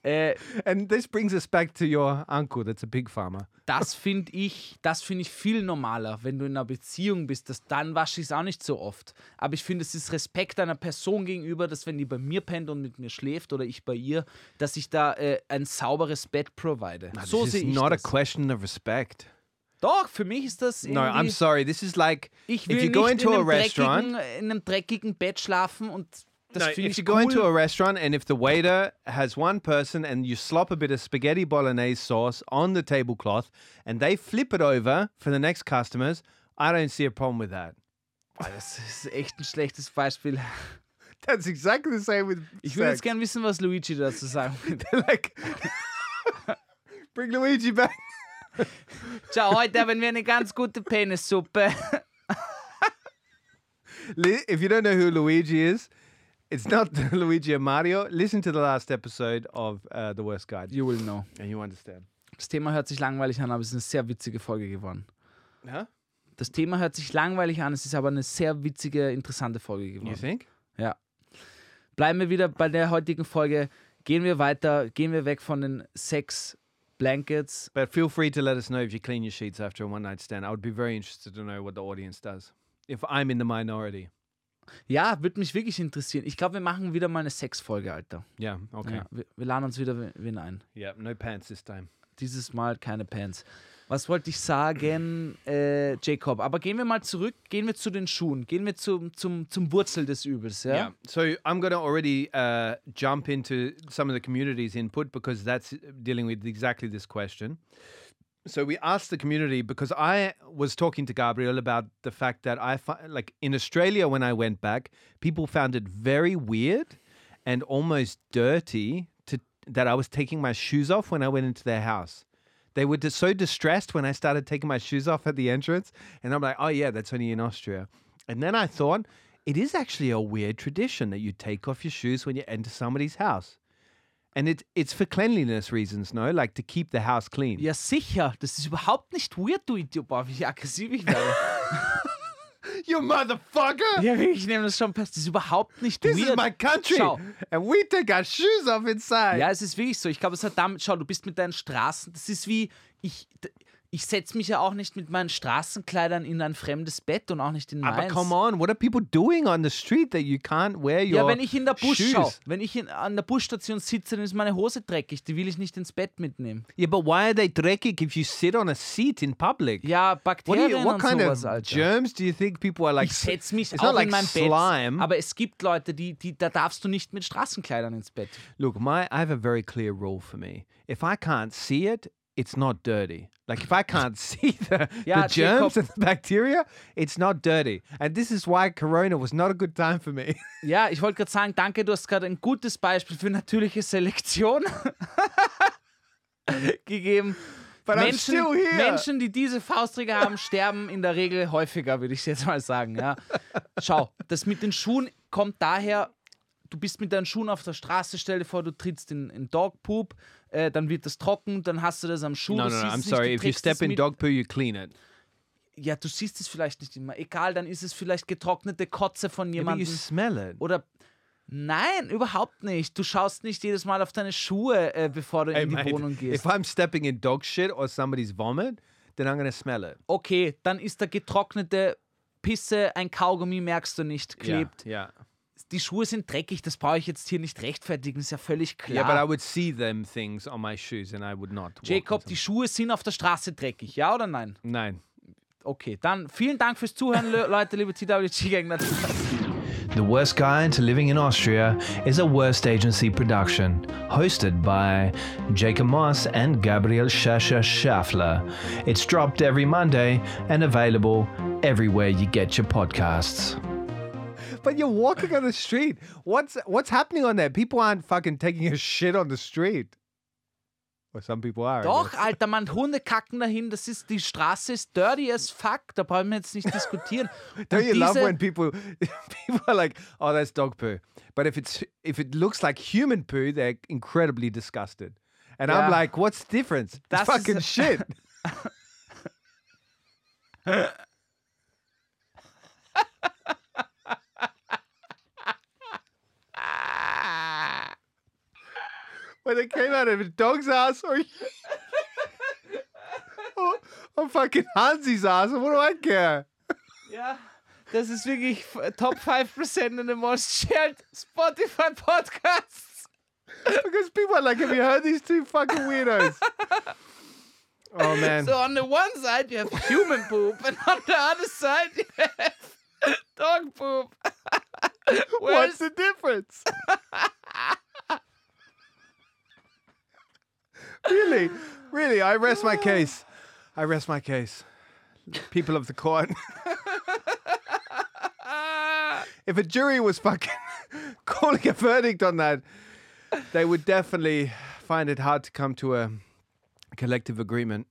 A: Äh,
B: And this brings us back to your uncle that's a pig farmer.
A: das finde ich, das finde ich viel normaler, wenn du in einer Beziehung bist. Das, dann wasche ich es auch nicht so oft. Aber ich finde, es ist Respekt einer Person gegenüber, dass wenn die bei mir pennt und mit mir schläft oder ich bei ihr, dass ich da äh, ein sauberes Bett provide. so
B: Ah, this is
A: sehe ich
B: not
A: das.
B: a question of respect.
A: Doch, für mich ist das
B: No, I'm
A: irgendwie-
B: sorry. This is like
A: Ich will
B: if you
A: nicht
B: go into
A: in,
B: a
A: einem
B: restaurant.
A: dreckigen- in einem dreckigen Bett schlafen und das
B: No,
A: finde
B: if
A: ich
B: you
A: cool.
B: go into a restaurant and if the waiter has one person and you slop a bit of spaghetti bolognese sauce on the tablecloth and they flip it over for the next customers, I don't see a problem with that.
A: Boah, das ist echt ein schlechtes Beispiel.
B: That's exactly the same with
A: Ich würde jetzt gern wissen, was Luigi dazu *laughs* sagen will.
B: *laughs* like bring Luigi back.
A: Ciao, heute haben wir eine ganz gute Penissuppe.
B: Li- If you don't know who Luigi is, it's not *laughs* Luigi and Mario. Listen to the last episode of uh, The Worst Guide
A: *laughs* You will know.
B: and you understand.
A: Das Thema hört sich langweilig an, aber es ist eine sehr witzige Folge geworden.
B: Huh?
A: Das Thema hört sich langweilig an, es ist aber eine sehr witzige, interessante Folge
B: You
A: geworden.
B: think?
A: Ja. Bleiben wir wieder bei der heutigen Folge. Gehen wir weiter, gehen wir weg von den Sex Blankets.
B: But feel free to let us know if you clean your sheets after a one night stand. I would be very interested to know what the audience does. If I'm in the minority.
A: Ja, würde mich wirklich interessieren. Ich glaube, wir machen wieder mal eine Sexfolge, Alter.
B: Yeah. Okay.
A: Ja, wir, wir laden uns wieder we- wen ein.
B: Yeah. No pants this time.
A: Dieses Mal keine Pants. Was wollte ich sagen, äh, Jacob? Aber gehen wir mal zurück, gehen wir zu den Schuhen, gehen wir zum, zum, zum Wurzel des Übels, ja?
B: Yeah. So I'm going to already uh, jump into some of the community's input because that's uh, dealing with exactly this question. So we asked the community because I was talking to Gabriel about the fact that I fi- like in Australia when I went back, people found it very weird and almost dirty to that I was taking my shoes off when I went into their house. They were just so distressed when I started taking my shoes off at the entrance, and I'm like, oh yeah, that's only in Austria. And then I thought, it is actually a weird tradition that you take off your shoes when you enter somebody's house. And it, it's for cleanliness reasons, no? Like to keep the house clean.
A: Ja, sicher. Das ist überhaupt nicht weird, du Idiot. Boah, wie aggressiv ich
B: *laughs*
A: werde.
B: You motherfucker!
A: ja, ich nehme das schon fest. Das ist überhaupt nicht
B: This
A: weird.
B: is my country,
A: Schau.
B: and we take our shoes off inside.
A: Ja, es ist wirklich so. Ich glaube, es hat damit, schau, du bist mit deinen Straßen, das ist wie, ich, d- ich setze mich ja auch nicht mit meinen Straßenkleidern in ein fremdes Bett und auch nicht in meins.
B: Ah, but come on, what are people doing on the street that you can't wear your
A: Ja, wenn ich in der Bus
B: shoes?
A: schaue, wenn ich in, an der Busstation sitze, dann ist meine Hose dreckig, die will ich nicht ins Bett mitnehmen.
B: Yeah, but why are they dreckig if you sit on a seat in public?
A: Ja,
B: What, do
A: Bakterien
B: you, what
A: und
B: kind
A: sowas,
B: of
A: Alter.
B: germs do you think people are like?
A: Ich setze mich
B: it's
A: auch
B: not like
A: in Ah, mein
B: slime.
A: Bett, aber es gibt Leute, die, die, da darfst du nicht mit Straßenkleidern ins Bett.
B: Look, my I have a very clear rule for me. If I can't see it, it's not dirty. Like if I can't *laughs* see the,
A: Yeah,
B: the germs
A: Jacob.
B: and the bacteria, it's not dirty. And this is why Corona was not a good time for me. *laughs*
A: Ja, ich wollte gerade sagen, danke, du hast gerade ein gutes Beispiel für natürliche Selektion *laughs* gegeben.
B: But I'm
A: Menschen,
B: still here.
A: Menschen, die diese Faustregel
B: *laughs*
A: haben, sterben in der Regel häufiger, würde ich jetzt mal sagen. Ja. Schau, das mit den Schuhen kommt daher, du bist mit deinen Schuhen auf der Straße, stell dir vor, du trittst in, in Dogpoop, äh, dann wird das trocken, dann hast du das am Schuh.
B: No,
A: du
B: no, no.
A: siehst
B: I'm
A: es nicht,
B: sorry.
A: du
B: If you
A: trägst es
B: step in
A: mit.
B: dog poo, you clean it.
A: Ja, du siehst es vielleicht nicht immer. Egal, dann ist es vielleicht getrocknete Kotze von
B: Yeah, but you
A: jemandem.
B: smell it.
A: Oder nein, überhaupt nicht. Du schaust nicht jedes Mal auf deine Schuhe, äh, bevor du in die
B: mate,
A: Wohnung gehst.
B: if I'm stepping in dog shit or somebody's vomit, then I'm gonna smell it.
A: Okay, dann ist der getrocknete Pisse, ein Kaugummi merkst du nicht, klebt.
B: Yeah. Yeah.
A: Die Schuhe sind dreckig, das brauche ich jetzt hier nicht rechtfertigen, ist ja völlig
B: yeah, but I
A: klar.
B: would see them things on my shoes, and I would not. walk on
A: Jacob,
B: something.
A: die Schuhe sind auf der Straße dreckig, ja oder nein?
B: Nein.
A: Okay, dann vielen Dank fürs Zuhören,
B: *laughs*
A: Le- Leute, liebe TWG-Gegner.
H: The Worst Guide to Living in Austria is a Worst Agency production, hosted by Jacob Moss and Gabriel Schascha Schaffler. It's dropped every Monday and available everywhere you get your podcasts.
B: But you're walking on the street. What's what's happening on there? People aren't fucking taking a shit on the street. Well, some people are. I
A: Doch,
B: guess.
A: Alter, man, Hunde kacken dahin. Das ist, die Straße ist dirty as fuck. Da brauchen wir jetzt nicht diskutieren.
B: *laughs* Don't
A: Und
B: you love
A: diese-
B: when people *laughs* people are like, "Oh, that's dog poo," but if it's if it looks like human poo, they're incredibly disgusted. And
A: Yeah.
B: I'm like, "What's the difference? That's
A: Das
B: fucking
A: ist-
B: shit." when it came out of a dog's ass or, *laughs* or, or fucking Hansi's ass, what do I care?
A: Ja, das ist wirklich f- Top 5% in the most shared Spotify Podcasts.
B: Because people are like, have you heard these two fucking weirdos?
A: *laughs*
B: oh man.
A: So on the one side you have human poop and on the other side you have dog poop. *laughs* Where's
B: What's the
A: *laughs*
B: difference? really? Really, I
A: *sighs*
B: rest my case. I rest my case. People of
A: *laughs*
B: the court. if a jury was fucking *laughs* calling a verdict on that, they would definitely find it hard to come to a collective agreement.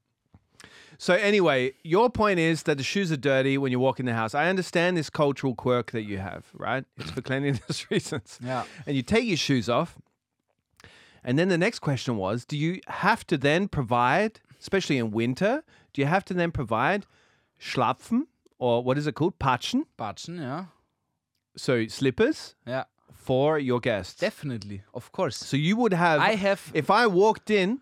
B: So anyway, your point is that the shoes are dirty when you walk in the house. I understand this cultural quirk that you have, right? It's for cleanliness *laughs* reasons.
A: Yeah.
B: And you take your shoes off. And then the next question was, do you have to then provide, especially in winter, do you have to then provide schlapfen or what is it called? Patschen.
A: Batschen, ja.
B: So slippers
A: Ja,
B: for your guests.
A: definitely. Of course.
B: so you would have
A: I have
B: if I walked in,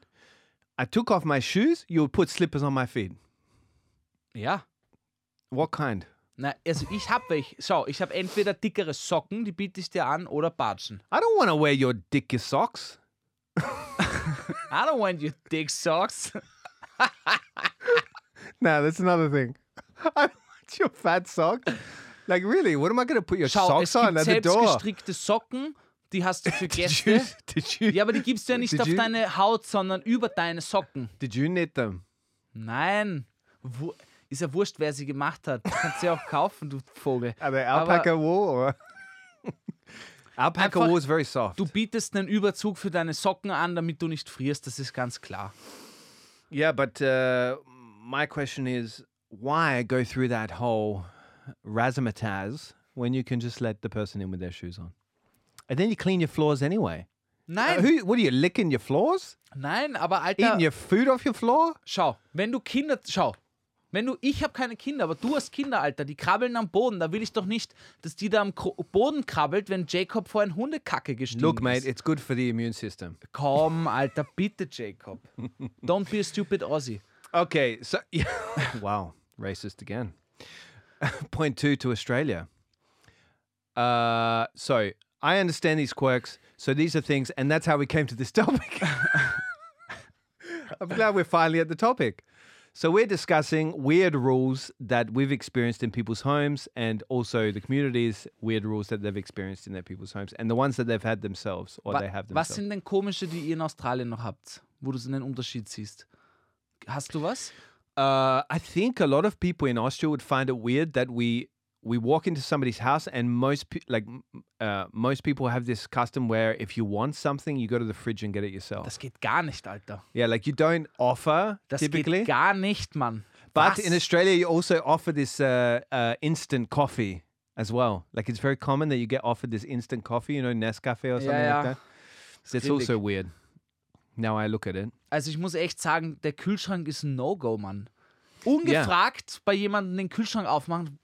B: I took off my shoes, you would put slippers on my feet.
A: ja.
B: What kind?
A: Na, also ich hab welche. Schau, ich habe entweder dickere Socken, die biete ich dir an, oder Batschen.
B: I don't want to wear your dickest socks.
A: I don't want your dick socks.
B: No, that's another thing. *laughs* I don't want your fat socks. Like, really, what am I going to put your
A: Schau,
B: socks
A: es
B: on
A: gibt
B: at the
A: selbst
B: door?
A: gestrickte Socken, die hast du für
B: *laughs* Did you,
A: Gäste.
B: did, you,
A: Ja, aber die gibst du
B: *laughs*
A: ja nicht
B: Did
A: auf
B: you-
A: deine Haut, sondern über deine Socken.
B: did you knit them?
A: Nein. Wu- ist ja wurscht, wer sie gemacht hat. Du kannst sie auch kaufen, du
B: *laughs*
A: Vogel.
B: Are they
A: Aber
B: alpaca
A: *laughs*
B: wool or? *laughs* alpaca
A: Einfach-
B: wool is very soft.
A: Du bietest einen Überzug für deine Socken an, damit du nicht frierst, das ist ganz klar.
B: Yeah, but uh, my question is why go through that whole razzmatazz when you can just let the person in with their shoes on? And then you clean your floors anyway. Uh,
A: Nein,
B: who, what are you licking your floors?
A: nein, aber Alter,
B: Eating your food off your floor?
A: schau, wenn du Kinder, schau, wenn du, ich habe keine Kinder, aber du hast Kinder, Alter, die krabbeln am Boden, da will ich doch nicht, dass die da am Kro Boden krabbelt, wenn Jacob vor ein Hundekacke gestiegen
B: Look, mate,
A: ist.
B: it's good for the immune system.
A: Komm, Alter, bitte,
B: *laughs*
A: Jacob. Don't be a stupid Aussie.
B: Okay, so *laughs* wow, racist again. *laughs* Point two to Australia. Uh, so I understand these quirks. So these are things, and that's how we came to this *laughs* topic. I'm glad we're finally at the topic. So we're discussing weird rules that we've experienced in people's homes, and also the communities' weird rules that they've experienced in their people's homes, and the ones that they've had themselves or
A: Wa-
B: they have
A: was
B: themselves.
A: sind denn komische, die ihr in Australien noch habt, wo du so einen Unterschied siehst? Hast du was?
B: Uh, I think a lot of people in Austria would find it weird that we we walk into somebody's house and most pe- like m- uh, most people have this custom where if you want something, you go to the fridge and get it yourself.
A: Das geht gar nicht, Alter.
B: yeah, like you don't offer
A: Das
B: typically,
A: geht gar nicht, Mann.
B: but
A: Was?
B: in Australia you also offer this uh, uh, instant coffee as well. Like it's very common that you get offered this instant coffee, you know, Nescafe or something
A: yeah.
B: like that.
A: Ist
B: That's
A: grindig.
B: also weird. Now I look at it.
A: Also ich muss echt sagen, der Kühlschrank ist ein No-Go, Mann. Ungefragt bei jemandem den Kühlschrank aufmachen,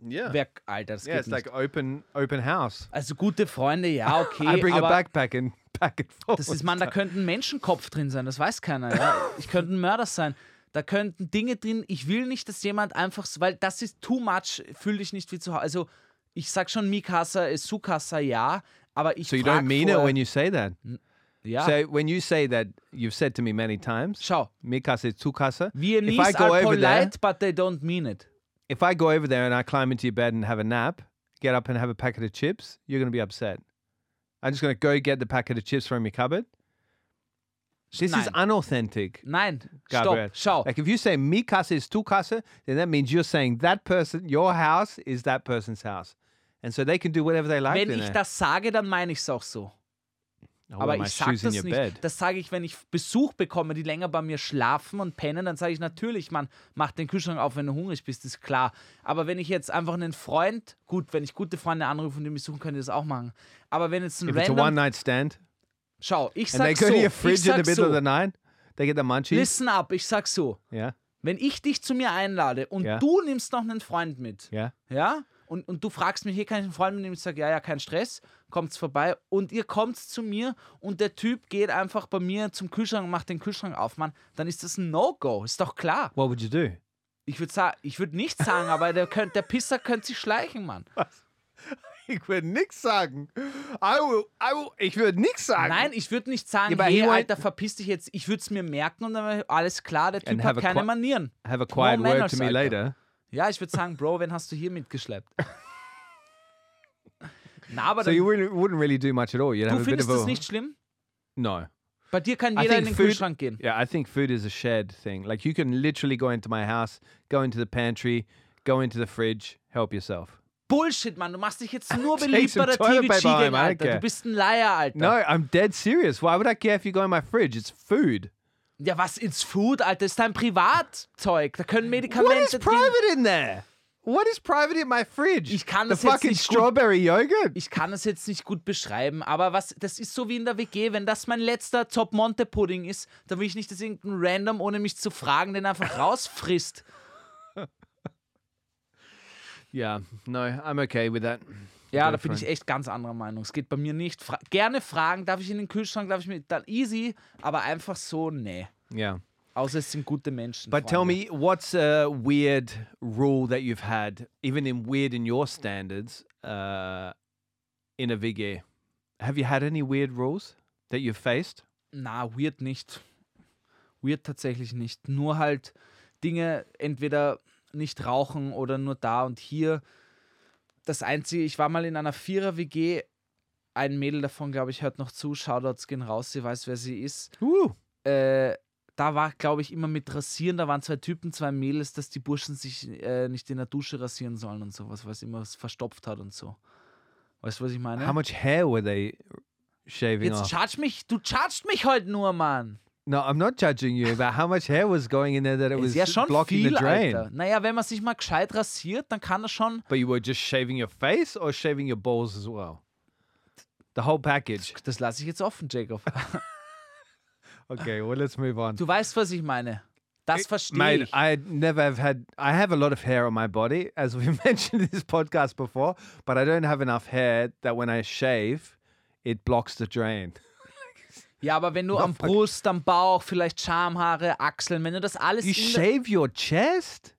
B: Yeah.
A: wer, Alter, das
B: Ah. Yeah,
A: geht
B: it's
A: nicht.
B: like open open house.
A: also gute Freunde, ja, okay,
B: *laughs* I bring a
A: aber
B: backpack and *laughs* pack it forward.
A: das ist,
B: *laughs*
A: Mann, da könnte ein Menschenkopf drin sein, das weiß keiner, ja. Ich könnte ein Mörder sein. Da könnten Dinge drin, ich will nicht, dass jemand einfach, so- weil das ist too much, fühl dich nicht wie zu Hause. Also ich sag schon Mikasa ist Sukasa, ja, aber ich
B: So you don't mean it when you say that.
A: ja.
B: So when you say that, you've said to me many times,
A: Schau,
B: "Mikasa tsukasa." If I
A: Viennese
B: go
A: are
B: over there,
A: polite, but they don't mean it.
B: if I go over there and I climb into your bed and have a nap, get up and have a packet of chips, you're gonna be upset. I'm just gonna go get the packet of chips from your cupboard. This is
A: Nein.
B: unauthentic,
A: Nein,
B: Gabriel.
A: stopp, schau.
B: Like if you say "Mikasa is tsukasa," then that means you're saying that person, your house is that person's house, and so they can do whatever they like.
A: Wenn
B: in
A: ich
B: there.
A: das sage, dann meine ich es auch so.
B: Oh,
A: Aber
B: am I
A: ich sage
B: choosing
A: das
B: your
A: nicht.
B: bed?
A: Das sage ich, wenn ich Besuch bekomme, die länger bei mir schlafen und pennen, dann sage ich natürlich, Mann, mach den Kühlschrank auf, wenn du hungrig bist, ist klar. Aber wenn ich jetzt einfach einen Freund, gut, wenn ich gute Freunde anrufe und die mich suchen, könnte ich das auch machen. Aber wenn jetzt ein
B: If it's a
A: random,
B: one night stand
A: schau, ich
B: and they
A: sag
B: go
A: so,
B: to your
A: ich
B: fridge in the
A: sag
B: middle of the
A: so,
B: night, they get the munchies.
A: listen up, ich sag so,
B: Yeah,
A: wenn ich dich zu mir einlade und
B: Ja.
A: du nimmst noch einen Freund mit,
B: yeah.
A: ja? Und, und du fragst mich, hier kann ich einen Freund mitnehmen? Ich sage, ja, ja, kein Stress, kommt's vorbei. Und ihr kommt zu mir und der Typ geht einfach bei mir zum Kühlschrank und macht den Kühlschrank auf, Mann. Dann ist das ein No-Go, ist doch klar.
B: What would you *laughs* do?
A: Ich würde sagen, ich würde nichts sagen, aber der, könnt, der Pisser könnte sich schleichen, Mann.
B: Ich würde nichts sagen. I will, I will, ich würde nichts sagen.
A: Nein, ich würde nicht sagen,
B: Ja, aber
A: hey,
B: he went-
A: Alter, verpiss dich jetzt. Ich würde es mir merken und dann wär alles klar, der Typ
B: And
A: hat
B: have a
A: keine
B: qui-
A: Manieren.
B: Have a quiet
A: No
B: word
A: manners,
B: to me
A: Alter.
B: later.
A: Ja, ich würde sagen, Bro, wen hast du hier
B: *laughs*
A: mitgeschleppt? Na, aber
B: So
A: dann,
B: you wouldn't, wouldn't really do much at all. You'd have
A: du
B: a bit
A: findest
B: of a
A: das nicht schlimm?
B: no.
A: Bei dir kann
B: I
A: jeder in den
B: think food-
A: Kühlschrank gehen.
B: Yeah, I think food is a shared thing. Like you can literally go into my house, go into the pantry, go into the fridge, help yourself.
A: Bullshit, Mann. Du machst dich jetzt nur
B: Take
A: beliebt bei
B: some
A: der
B: toilet paper
A: TV-Gang,
B: home, I don't
A: Alter. Du
B: care.
A: bist ein Liar, Alter.
B: No, I'm dead serious. Why would I care if you go in my fridge? It's food.
A: Ja, was ins Food, Alter? Ist dein Privatzeug. Da können Medikamente
B: What is
A: drin-
B: private in there? What is private in my fridge?
A: Ich kann
B: the
A: das jetzt
B: fucking
A: nicht gut-
B: strawberry yogurt.
A: Ich kann es jetzt nicht gut beschreiben, aber was, das ist so wie in der WG. Wenn das mein letzter Top Monte Pudding ist, dann will ich nicht, dass irgendein Random, ohne mich zu fragen, den einfach
B: *laughs*
A: rausfrisst.
B: Yeah, no, I'm okay with that.
A: Ja,
B: Go
A: da bin
B: for
A: ich
B: it.
A: echt ganz anderer Meinung. Es geht bei mir nicht. Fra Gerne fragen, darf ich in den Kühlschrank, darf ich mir. Dann easy, aber einfach so, nee.
B: Yeah.
A: Außer es sind gute Menschen.
B: But tell
A: Freunde.
B: me, what's a weird rule that you've had, even in weird in your standards, uh, in a VG? Have you had any weird rules that you've faced?
A: Na, weird nicht. Weird tatsächlich nicht. Nur halt Dinge entweder nicht rauchen oder nur da und hier. Das Einzige, ich war mal in einer Vierer-WG. Ein Mädel davon, glaube ich, hört noch zu. Shoutouts gehen raus, sie weiß, wer sie ist.
B: Ooh.
A: Äh, da war, glaube ich, immer mit Rasieren. Da waren zwei Typen, zwei Mädels, dass die Burschen sich äh, nicht in der Dusche rasieren sollen und sowas, weil es immer was verstopft hat und so. Weißt du, was ich meine?
B: How much hair were they shaving
A: Jetzt
B: off?
A: charge mich, du chargst mich heute nur, Mann.
B: no, I'm not judging you about how much hair was going in there that it
A: Ist
B: was
A: ja schon
B: blocking
A: viel,
B: the drain.
A: Alter. Naja, wenn man sich mal gescheit rasiert, dann kann das schon.
B: But you were just shaving your face or shaving your balls as well? The whole package.
A: Das lasse ich jetzt offen, Jacob.
B: *laughs* Okay, well, let's move on.
A: Du weißt, was ich meine. Das verstehe
B: Mate,
A: ich.
B: I never have had. I have a lot of hair on my body, as we *laughs* mentioned in this podcast before, but I don't have enough hair that when I shave, it blocks the drain.
A: Ja, aber wenn du am Brust, am Bauch, vielleicht Schamhaare, Achseln, wenn du das alles
B: You
A: in der-
B: shave your chest?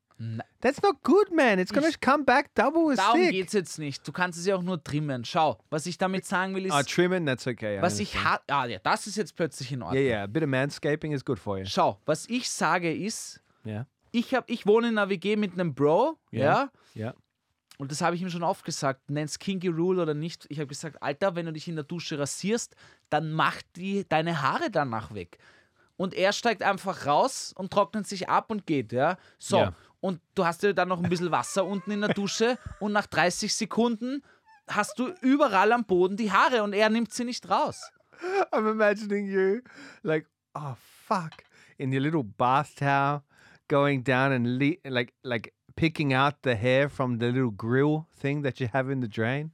B: That's not good, man. It's gonna come back double as
A: Darum
B: thick.
A: geht's jetzt nicht. Du kannst es ja auch nur trimmen. Schau, was ich damit sagen will, ist,
B: Ah, trimming, that's okay. I
A: was ich
B: understand.
A: ha ah, ja, das ist jetzt plötzlich in Ordnung.
B: Yeah, yeah. A bit of manscaping is good for you.
A: Schau, was ich sage ist,
B: Yeah,
A: ich hab, ich wohne in einer WG mit einem Bro,
B: Ja.
A: ja?
B: yeah.
A: Und das habe ich ihm schon oft gesagt, nenn's Kinky Rule oder nicht. Ich habe gesagt, Alter, wenn du dich in der Dusche rasierst, dann mach die, deine Haare danach weg. Und er steigt einfach raus und trocknet sich ab und geht, ja. So.
B: Ja.
A: Und du hast dir dann noch ein bisschen Wasser unten in der Dusche und nach 30 Sekunden hast du überall am Boden die Haare und er nimmt sie nicht raus.
B: I'm imagining you like, oh fuck, in your little bath towel, going down and le- like like picking out the hair from the little grill thing that you have in the drain.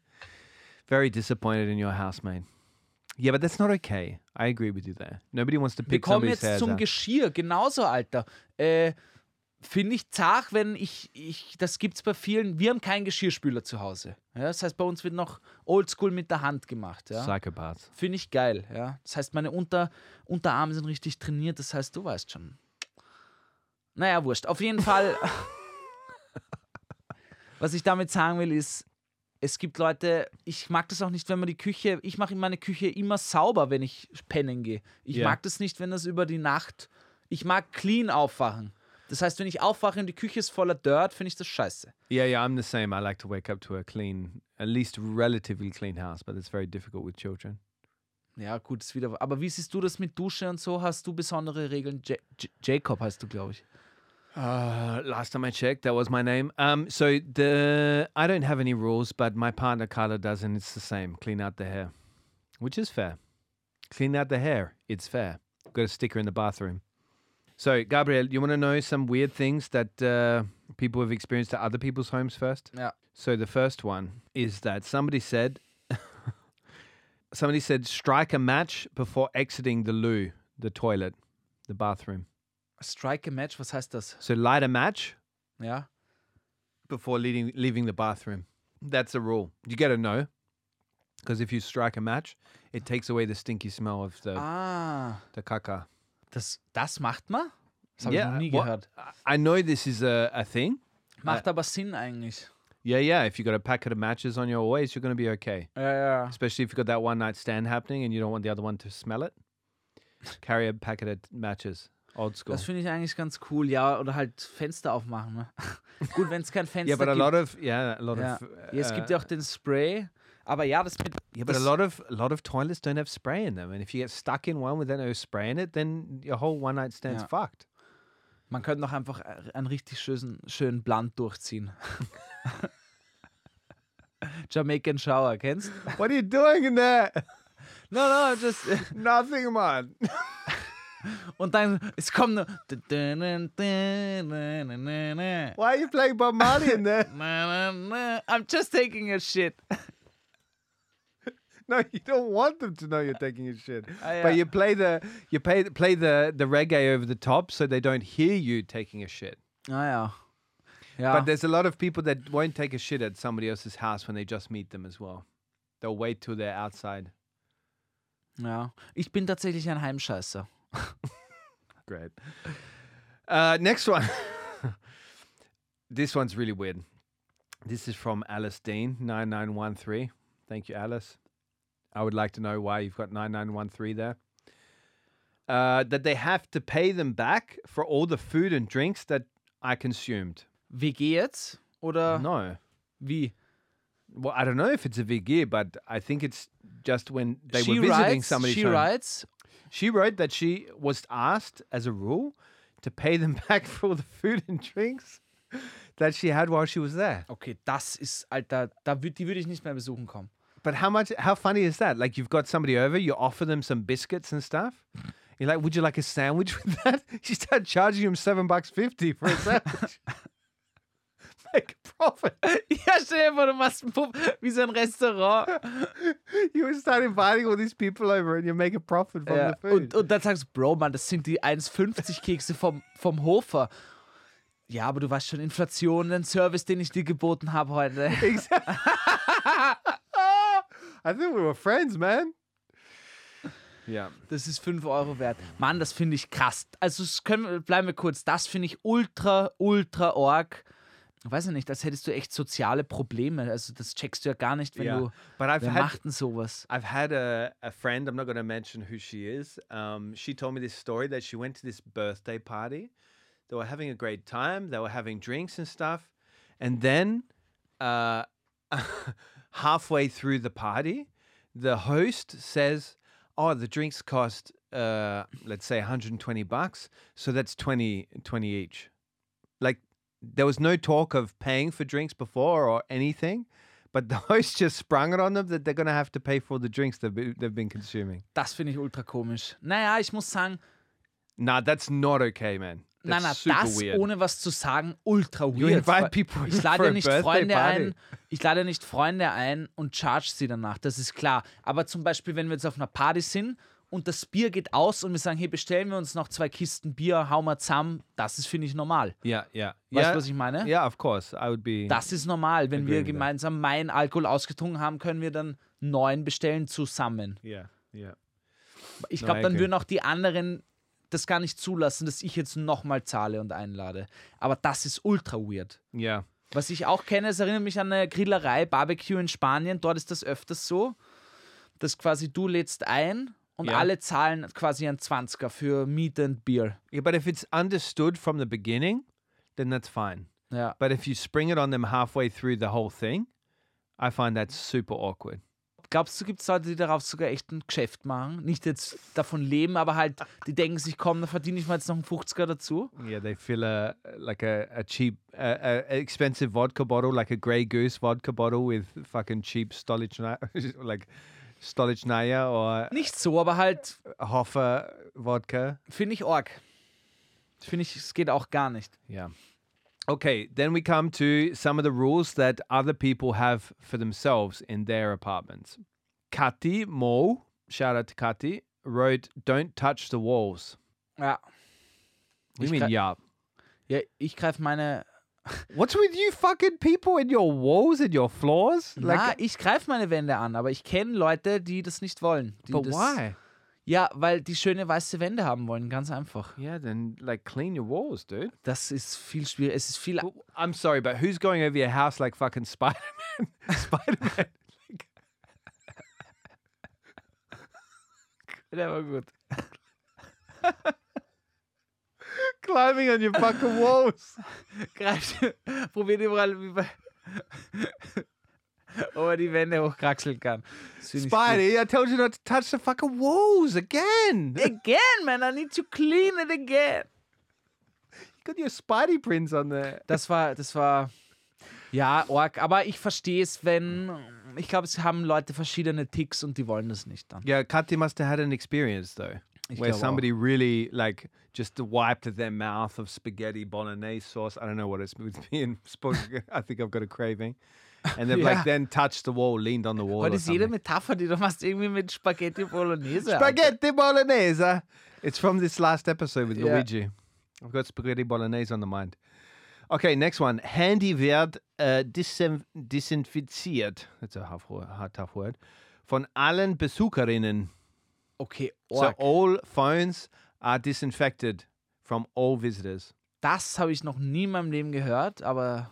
B: Very disappointed in your housemate. Yeah, but that's not okay. I agree with you there. Nobody wants to
A: Wir
B: pick
A: kommen
B: somebody's
A: jetzt
B: hair.
A: zum
B: down.
A: Geschirr, genauso, Alter. Äh, Finde ich zart, wenn ich, ich, das gibt's bei vielen, wir haben keinen Geschirrspüler zu Hause. Ja, das heißt, bei uns wird noch oldschool mit der Hand gemacht. Ja.
B: Psychopaths.
A: Finde ich geil, ja. Das heißt, meine Unter, Unterarme sind richtig trainiert, das heißt, du weißt schon. Naja, wurscht. Auf jeden Fall, was ich damit sagen will, ist, es gibt Leute, ich mag das auch nicht, wenn man die Küche, ich mache meine Küche immer sauber, wenn ich pennen gehe. Ich
B: Ja.
A: mag das nicht, wenn das über die Nacht, ich mag clean aufwachen. Das heißt, wenn ich aufwache und die Küche ist voller Dirt, finde ich das scheiße.
B: Yeah, yeah, I'm the same. I like to wake up to a clean, at least relatively clean house, but it's very difficult with children.
A: Ja, gut, ist wieder. Aber wie siehst du das mit Dusche und so? Hast du besondere Regeln? Ja J Jacob heißt du, glaube ich.
B: Uh, last time I checked, that was my name. Um, so the I don't have any rules, but my partner Carla does, and it's the same. Clean out the hair, which is fair. Clean out the hair. It's fair. Got a sticker in the bathroom. So, Gabriel, you want to know some weird things that uh, people have experienced at other people's homes first?
A: Ja.
B: So the first one is that somebody said, *laughs* somebody said, strike a match before exiting the loo, the toilet, the bathroom.
A: Strike a match, was heißt das?
B: So light a match
A: Ja.
B: before leaving leaving the bathroom. That's a rule. You got to know, because if you strike a match, it takes away the stinky smell of the
A: Ah,
B: the caca.
A: das, das macht man? Das habe ich noch nie
B: what-
A: gehört.
B: I- I know this is a, a thing.
A: Macht aber Sinn eigentlich.
B: Yeah, yeah. If you got a packet of matches on your waist, you're gonna be okay.
A: Ja, ja.
B: especially if you've got that one night stand happening and you don't want the other one to smell it. Carry a packet of matches, old school.
A: Das finde ich eigentlich ganz cool, ja. Oder halt Fenster aufmachen. Ne? *laughs* Gut, wenn es kein Fenster
B: yeah, but a
A: gibt.
B: lot of yeah, a lot
A: ja.
B: of.
A: ja, es gibt ja auch den Spray. Aber ja, das mit.
B: yeah, but a
A: das-
B: lot of a lot of toilets don't have spray in them, and if you get stuck in one without no spray in it, then your whole one night stand's
A: Yeah.
B: fucked.
A: Man könnte noch einfach äh, einen richtig schönen, schönen Blunt durchziehen. *laughs* Jamaican Shower, kennst? *laughs*
B: What are you doing in there? *laughs*
A: No, no, I'm just.
B: Nothing, man.
A: Und dann, es kommt nur. I'm
B: Why are you playing Bob Marley in there? *laughs*
A: just taking a shit. *laughs* Ah,
B: No, you don't want them to know you're taking a shit.
A: Ah,
B: But
A: yeah.
B: you play the you play play the the reggae over the top so they don't hear you taking a shit.
A: Naja. Ja.
B: But there's a lot of people that won't take a shit at somebody else's house when they just meet them as well. They'll wait till they're outside.
A: ja. Ich bin tatsächlich ein Heimscheißer.
B: Great. Uh, next one. *laughs* this one's really weird. This is from Alice Dean, 9913. Thank you, Alice. I would like to know why you've got 9913 there. Uh, that they have to pay them back for all the food and drinks that I consumed.
A: WG jetzt? Oder
B: No.
A: wie?
B: Well, I don't know if it's a big year, but I think it's just when they
A: she
B: were visiting
A: writes,
B: somebody's
A: she
B: home.
A: writes,
B: She wrote that she was asked, as a rule, to pay them *laughs* back for all the food and drinks that she had while she was there.
A: okay, das ist, Alter, da würd, die würde ich nicht mehr besuchen kommen. *laughs*
B: But how much? How funny is that? Like you've got somebody over, you offer them some biscuits and stuff. You're like, would you like a sandwich *laughs* with that? She started charging him seven bucks fifty for a sandwich. *laughs* Make a profit. *laughs*
A: Ja, stell dir vor, du machst einen Puff wie so ein Restaurant.
B: You start inviting all these people over, and you make a profit from
A: Ja.
B: the food.
A: Und, und dann sagst du, Bro, Mann, das sind die 1,50 Kekse vom, vom Hofer. Ja, aber du weißt schon, Inflation, den Service, den ich dir geboten habe heute.
B: I think we were friends, man. Yeah.
A: Das ist 5 Euro wert. Mann, das finde ich krass. Also es können, bleiben wir kurz. Das finde ich ultra, ultra org. Weiß ich nicht, als hättest du echt soziale Probleme. Also das checkst du ja gar nicht, wenn
B: Yeah.
A: du.
B: But I've
A: Wer
B: had
A: macht denn sowas?
B: I've had a, a friend, I'm not going to mention who she is. Um, she told me this story that she went to this birthday party. They were having a great time, they were having drinks and stuff. And then, uh, *laughs* halfway through the party, the host says, Oh, the drinks cost, uh, let's say, 120 bucks. So that's 20, 20 each. Like, there was no talk of paying for drinks before or anything. But *laughs* the host just sprung it on them that they're going to have to pay for all the drinks they've been, they've been consuming.
A: Das finde ich ultra komisch. Naja, ich muss sagen,
B: Nah, that's not okay, man.
A: na,
B: That's
A: na,
B: super
A: das
B: weird.
A: ohne was zu sagen, ultra weird.
B: You invite
A: Weil
B: people
A: ich
B: for
A: lade
B: a
A: nicht
B: birthday
A: Freunde
B: party.
A: ein, ich lade nicht Freunde ein und charge sie danach, das ist klar. Aber zum Beispiel, wenn wir jetzt auf einer Party sind und das Bier geht aus und wir sagen, hey, bestellen wir uns noch zwei Kisten Bier, hau mal zusammen, das ist, finde ich, normal.
B: Yeah, yeah.
A: Weißt
B: yeah,
A: du, was ich meine?
B: Yeah, of course. I would be.
A: Das ist normal. Wenn
B: Agree
A: wir
B: with that.
A: gemeinsam meinen Alkohol ausgetrunken haben, können wir dann neun bestellen zusammen.
B: Yeah, yeah.
A: Ich
B: No,
A: glaube,
B: I
A: dann
B: agree.
A: würden auch die anderen das gar nicht zulassen, dass ich jetzt nochmal zahle und einlade. Aber das ist ultra weird.
B: Yeah.
A: Was ich auch kenne, es erinnert mich an eine Grillerei, Barbecue in Spanien. Dort ist das öfters so, dass quasi du lädst ein und
B: Ja.
A: alle zahlen quasi einen 20er für Meat and Beer.
B: Yeah, but if it's understood from the beginning, then that's fine.
A: Ja.
B: But if you spring it on them halfway through the whole thing, I find that super awkward.
A: Glaubst du, gibt es Leute, die darauf sogar echt ein Geschäft machen? Nicht jetzt davon leben, aber halt, die denken sich, komm, da verdiene ich mir jetzt noch einen 50er dazu.
B: Yeah, they fill a like a, a cheap, uh, a expensive vodka bottle, *laughs* like a Grey Goose vodka bottle with fucking cheap Stolichnaya, like Stolichnaya or
A: Nicht so, aber halt
B: Hoffa vodka.
A: finde ich arg. Finde ich, es geht auch gar nicht.
B: Yeah. Okay, then we come to some of the rules that other people have for themselves in their apartments. Kati Mo, shout out to Kati, wrote, "Don't touch the walls."
A: Ja,
B: What do
A: Ich
B: you mean,
A: ka-
B: yeah?
A: ja ich greife meine.
B: What's with you fucking people in your walls and your floors?
A: na, ich greife meine Wände an, aber ich kenne Leute, die das nicht wollen. Die
B: but
A: das,
B: why?
A: Ja, weil die schöne weiße Wände haben wollen, ganz einfach.
B: Yeah, then like clean your walls, dude.
A: Das ist viel schwieriger. Es ist viel. *laughs*
B: Well, I'm sorry, but who's going over your house like fucking *laughs* Spider Man? Spider Man.
A: Der war gut.
B: *laughs* Climbing on your fucking *laughs* walls.
A: *laughs* Greift, probiert überall wie bei. *laughs* Ob er die Wände hochkraxeln kann. Das find ich gut.
B: Spidey, I told you not to touch the fucking walls again. You
A: Again, man, I need to clean it again.
B: got your Spidey prints on there.
A: Das war, das war, ja, arg. Aber ich verstehe es, wenn, ich glaube, es haben Leute verschiedene Ticks und die wollen das nicht dann.
B: Yeah, Kati must have had an experience though,
A: Ich
B: where
A: glaube auch.
B: somebody really like just wiped their mouth of spaghetti bolognese sauce. I don't know what it's with me and spoken. *laughs* I think I've got a craving, and they've *laughs*
A: Yeah.
B: like then touched the wall, leaned on the wall.
A: Heute
B: or
A: ist jede
B: something.
A: Metapher, die du machst, irgendwie mit Spaghetti Bolognese. Alter.
B: Spaghetti bolognese. It's from this last episode with
A: Yeah.
B: Luigi. I've got spaghetti bolognese on the mind. Okay, next one. Handy wird uh, disin disinfiziert. That's a half wo- hard, tough word. Von allen Besucherinnen.
A: Okay, oh,
B: So
A: arg.
B: all phones are disinfected from all visitors.
A: das habe ich noch nie in meinem Leben gehört, aber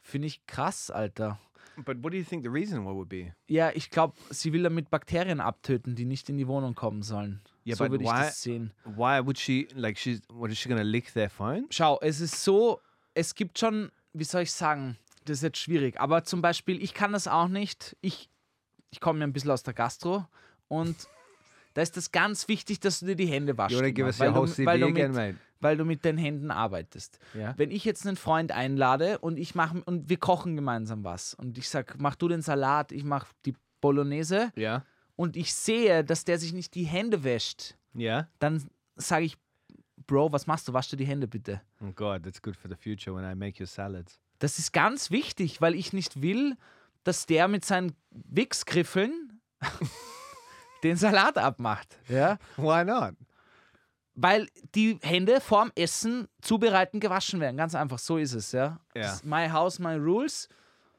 A: finde ich krass, Alter.
B: But what do you think the reason what would be?
A: Ja, ich glaube, sie will damit Bakterien abtöten, die nicht in die Wohnung kommen sollen.
B: Ja,
A: so
B: but
A: würde ich
B: why-
A: das sehen.
B: Why would she like she's what is she gonna lick their phone?
A: schau, es ist so, es gibt schon, wie soll ich sagen, das ist jetzt schwierig, aber zum Beispiel, ich kann das auch nicht, ich, ich komme ja ein bisschen aus der Gastro und da ist das ganz wichtig, dass du dir die Hände waschst.
B: You wanna give
A: immer,
B: us your
A: weil
B: whole
A: du, weil,
B: CV
A: du
B: again,
A: mit,
B: mate?
A: weil du mit den Händen arbeitest.
B: Ja.
A: Wenn ich jetzt einen Freund einlade und ich mache und wir kochen gemeinsam was und ich sag, mach du den Salat, ich mach die Bolognese
B: Yeah.
A: und ich sehe, dass der sich nicht die Hände wäscht,
B: Yeah.
A: dann sage ich, Bro, was machst du? Wasch dir die Hände bitte.
B: Oh God, that's good for the future when I make your salads.
A: Das ist ganz wichtig, weil ich nicht will, dass der mit seinen Wichsgriffeln *laughs* den Salat abmacht. Ja?
B: *laughs* Why not?
A: Weil die Hände vorm Essen zubereiten gewaschen werden. Ganz einfach, so ist es, ja.
B: Ja.
A: Das ist My house, my rules.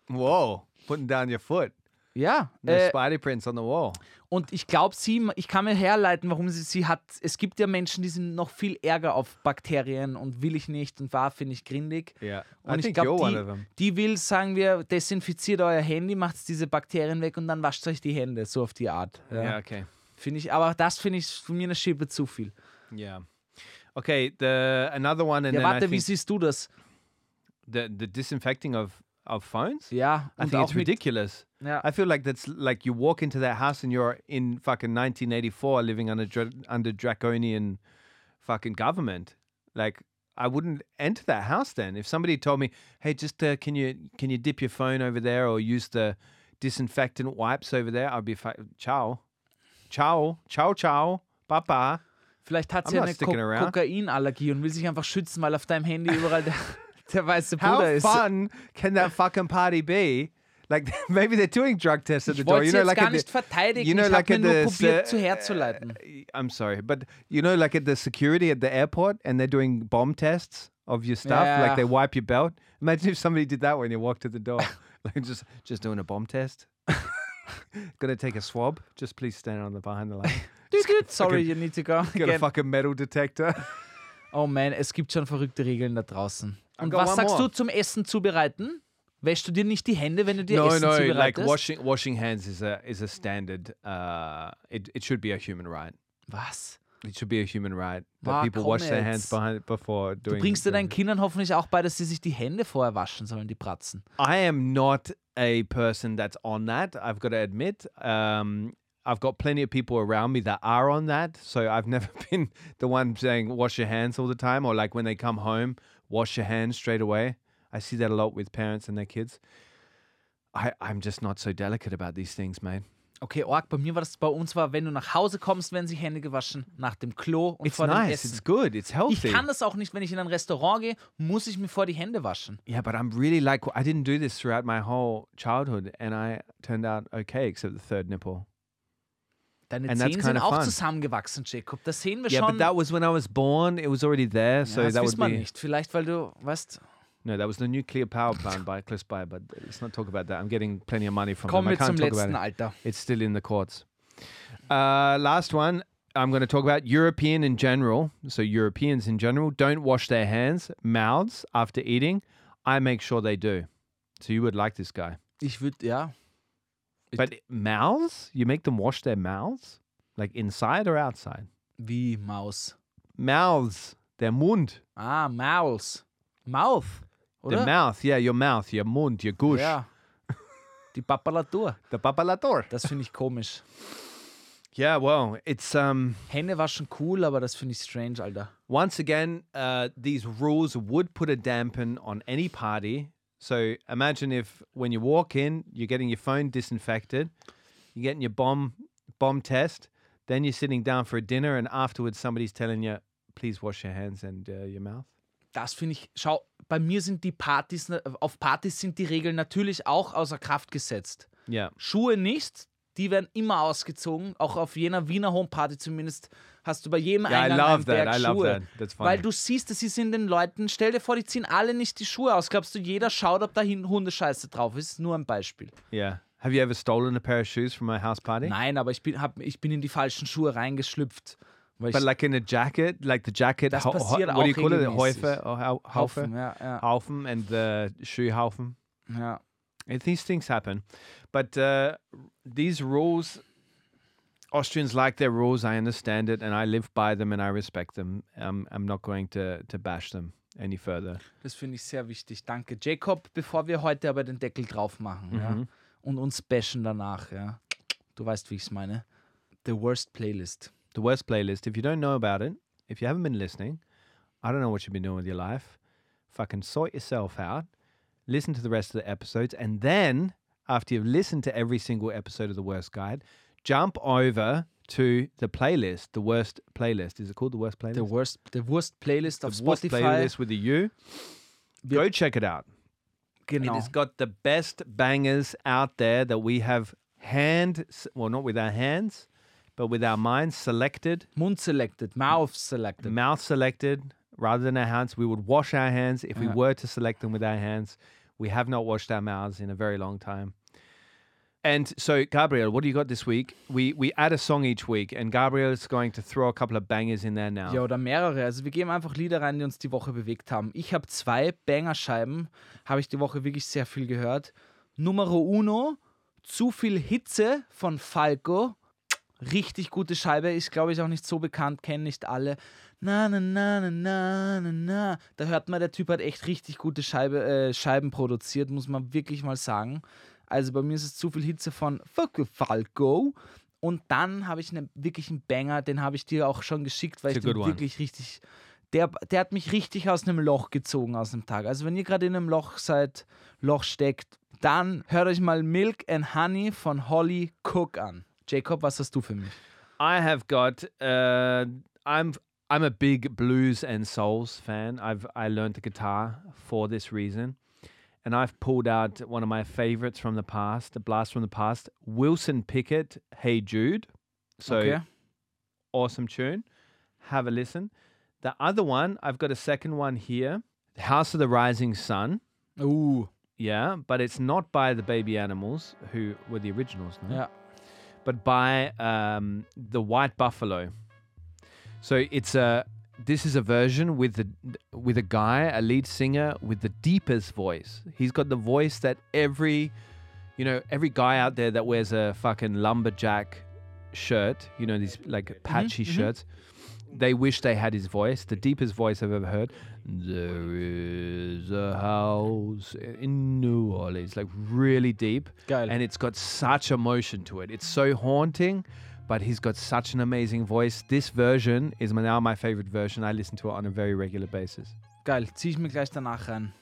B: Whoa, putting down your foot.
A: Ja.
B: No
A: äh,
B: spider prints on the wall.
A: und ich glaube, sie, ich kann mir herleiten, warum sie sie hat. Es gibt ja Menschen, die sind noch viel ärger auf Bakterien und will ich nicht und war, finde ich grindig.
B: Yeah, I
A: Und ich
B: think
A: glaube,
B: you're one
A: die,
B: of them.
A: die will, sagen wir, desinfiziert euer Handy, macht diese Bakterien weg und dann wascht euch die Hände, so auf die Art. Ja.
B: okay.
A: Finde ich, aber das finde ich von mir eine Schippe zu viel.
B: Yeah. Okay, the another one, and
A: Ja,
B: then I
A: warte, wie
B: think
A: siehst du das?
B: the the disinfecting of of phones.
A: Ja,
B: I
A: und
B: think it's
A: auch mit,
B: ridiculous.
A: ja,
B: I feel like that's like you walk into that house and you're in fucking 1984 living under dra- under draconian fucking government. Like I wouldn't enter that house then. If somebody told me, "Hey, just uh, can you can you dip your phone over there or use the disinfectant wipes over there?" I'd be fa- ciao. Ciao, ciao, ciao. Papa.
A: vielleicht hat
B: I'm
A: sie
B: not
A: eine Ko
B: sticking around.
A: Kokainallergie und will sich einfach schützen, weil auf deinem Handy überall der, *laughs* der weiße
B: How
A: Bruder ist.
B: fun can that fucking party be? Like *laughs* maybe they're doing drug tests at the
A: Ich
B: door.
A: wollte
B: You
A: sie
B: know,
A: jetzt
B: like
A: gar
B: at the-
A: nicht verteidigen,
B: you know,
A: ich
B: like
A: habe
B: in
A: mir nur
B: this,
A: probiert,
B: äh,
A: zu
B: *laughs*
A: herzuleiten.
B: I'm sorry, but you know, like at the security at the airport, and they're doing bomb tests of your stuff. Like
A: Yeah.
B: they wipe your belt. Imagine if somebody did that when you walked to the
A: *laughs*
B: door, *laughs* like just just doing a bomb test. *laughs* Gonna take a swab. Just please stand on the
A: *laughs*
B: behind the line.
A: Dude, dude, sorry, you need to go
B: Got a
A: again.
B: fucking
A: *laughs*
B: metal detector.
A: Oh man, es gibt schon verrückte Regeln da draußen. Und
B: got
A: was
B: one
A: sagst
B: more.
A: du zum Essen zubereiten? Wäschst du dir nicht die Hände, wenn du dir Essen
B: like
A: zubereitest?
B: washing washing hands is a is a standard. Uh, it it should be a human right.
A: was?
B: It should be a human right that
A: Ah,
B: people
A: komm
B: wash their hands
A: jetzt.
B: behind before doing.
A: Du bringst dir
B: doing-
A: deinen Kindern hoffentlich auch bei, dass sie sich die Hände vorher waschen sollen, die Pratzen.
B: I am not a person that's on that. I've got to admit. Um, I've got plenty of people around me that are on that. So I've *laughs* never been the one saying, wash your hands all the time, or like when they come home, wash your hands straight away. I see that a lot with parents and their kids. I, I'm just not so delicate about these things, man.
A: Okay, Org, bei mir war das, bei uns war, wenn du nach Hause kommst, werden sich Hände gewaschen, nach dem Klo und
B: It's
A: vor dem
B: nice. It's
A: Essen.
B: good. It's
A: Ich
B: healthy.
A: kann das auch nicht, wenn ich in ein Restaurant gehe, muss ich mir vor die Hände waschen.
B: Yeah, but I'm really like I didn't do this throughout my whole childhood, and I turned out okay, except the third nipple.
A: Deine
B: And that's
A: Zehen sind
B: kinda
A: auch
B: fun.
A: zusammengewachsen, Jacob. Das sehen wir
B: yeah,
A: schon.
B: but that was when I was born. It was already there,
A: ja,
B: so
A: das
B: that
A: wisst
B: would
A: man
B: be
A: nicht. Vielleicht, weil du, weißt,
B: no. That was the nuclear power plant by close by, but let's not talk about that. I'm getting plenty of money from
A: kommen
B: them. I
A: wir zum
B: can't talk about
A: letzten
B: it.
A: Alter.
B: It's still in the courts. Uh, last one. I'm going to talk about European in general. So Europeans in general don't wash their hands, mouths after eating. I make sure they do. So you would like this guy.
A: Ich würde, ja, It-
B: But mouths? You make them wash their mouths? Like inside or outside?
A: wie Maus.
B: Mouths. Their Mund.
A: Ah, Maus. Mouth,
B: The
A: oder?
B: mouth. Yeah, your mouth, your Mund, your gush.
A: Ja. Die Papalatur.
B: The papalator.
A: Das finde ich komisch.
B: Yeah, well, it's um
A: Hände war schon cool, aber das finde ich strange, Alter.
B: once again, uh, these rules would put a dampen on any party. So imagine if when you walk in, you're getting your phone disinfected, you're getting your bomb bomb test, then you're sitting down for a dinner, and afterwards somebody's telling you, please wash your hands and uh, your mouth.
A: Das finde ich, schau, bei mir sind die Partys, na- auf Partys sind die Regeln natürlich auch außer Kraft gesetzt.
B: Yeah.
A: Schuhe nicht, die werden immer ausgezogen. Auch auf jener Wiener Homeparty zumindest hast du bei jedem
B: Yeah, I
A: einen
B: love
A: einen
B: that.
A: Berg
B: I love
A: Schuhe.
B: that. That's funny.
A: Weil du siehst, es ist in den Leuten, stell dir vor, die ziehen alle nicht die Schuhe aus. Glaubst du, jeder schaut, ob da hin- Hundescheiße drauf ist? Nur ein Beispiel.
B: Yeah. Have you ever stolen a pair of shoes from a house party?
A: Nein, aber ich bin, hab, ich bin in die falschen Schuhe reingeschlüpft. Weil
B: But
A: ich
B: like in a jacket, like the jacket,
A: Das
B: ho- ho-
A: passiert
B: what do you
A: auch
B: call it?
A: regelmäßig.
B: Häufe or hau-
A: Haufen,
B: Haufe?
A: ja, ja,
B: Haufen and the shoe Haufen.
A: ja.
B: It- These things happen. But uh, these rules, Austrians like their rules. I understand it and I live by them and I respect them. Um, I'm not going to, to bash them any further.
A: Das finde ich sehr wichtig. Danke, Jacob. Bevor wir heute aber den Deckel drauf machen
B: Mhm.
A: ja, und uns bashen danach, ja. du weißt, wie ich es meine. The Worst Playlist.
B: The Worst Playlist, if you don't know about it, if you haven't been listening, I don't know what you've been doing with your life. Fucking sort yourself out, listen to the rest of the episodes, and then after you've listened to every single episode of The Worst Guide, jump over to the playlist, The Worst Playlist. Is it called The Worst Playlist?
A: The Worst, the worst Playlist auf
B: The Worst
A: Spotify.
B: Playlist with the U. Go check it out.
A: Genau.
B: It has got the best bangers out there that we have hand, well, not with our hands, but with our minds selected
A: Mund selected, mouth selected.
B: mouth selected rather than our hands. We would wash our hands if we were to select them with our hands. We have not washed our mouths in a very long time. And so, Gabriel, what do you got this week? We we add a song each week, and Gabriel is going to throw a couple of bangers in there now.
A: Ja, oder mehrere. Also wir geben einfach Lieder rein, die uns die Woche bewegt haben. Ich habe zwei Bangerscheiben, habe ich die Woche wirklich sehr viel gehört. Numero uno, zu viel Hitze von Falco. Richtig gute Scheibe, ist glaube ich auch nicht so bekannt, kennen nicht alle. Na, na, na, na, na, na, na. Da hört man, der Typ hat echt richtig gute Scheibe, äh, Scheiben produziert, muss man wirklich mal sagen. Also bei mir ist es zu viel Hitze von Falco. Falco. Und dann habe ich einen wirklichen Banger, den habe ich dir auch schon geschickt, weil
B: It's
A: ich
B: a
A: den
B: good one.
A: wirklich richtig. Der, der hat mich richtig aus einem Loch gezogen aus dem Tag. Also wenn ihr gerade in einem Loch seid, Loch steckt, dann hört euch mal Milk and Honey von Holly Cook an. Jacob, was hast du für mich?
B: I have got. Uh, I'm I'm a big blues and souls fan. I've I learned the guitar for this reason, and I've pulled out one of my favorites from the past, a blast from the past, Wilson Pickett, Hey Jude. So
A: Okay.
B: awesome tune. Have a listen. The other one, I've got a second one here, House of the Rising Sun.
A: Uh,
B: Yeah, but it's not by the Baby Animals, who were the originals. No?
A: ja.
B: but by um, the White Buffalo. So it's a this is a version with the with a guy, a lead singer with the deepest voice. He's got the voice that every you know every guy out there that wears a fucking lumberjack shirt, you know these like patchy shirts. They wish they had his voice, the deepest voice I've ever heard. There is a house in New Orleans, like really deep
A: Geil.
B: and it's got such emotion to it. It's so haunting, but he's got such an amazing voice. This version is my- now my favorite version. I listen to it on a very regular basis.
A: Geil, zieh ich mir gleich danach rein.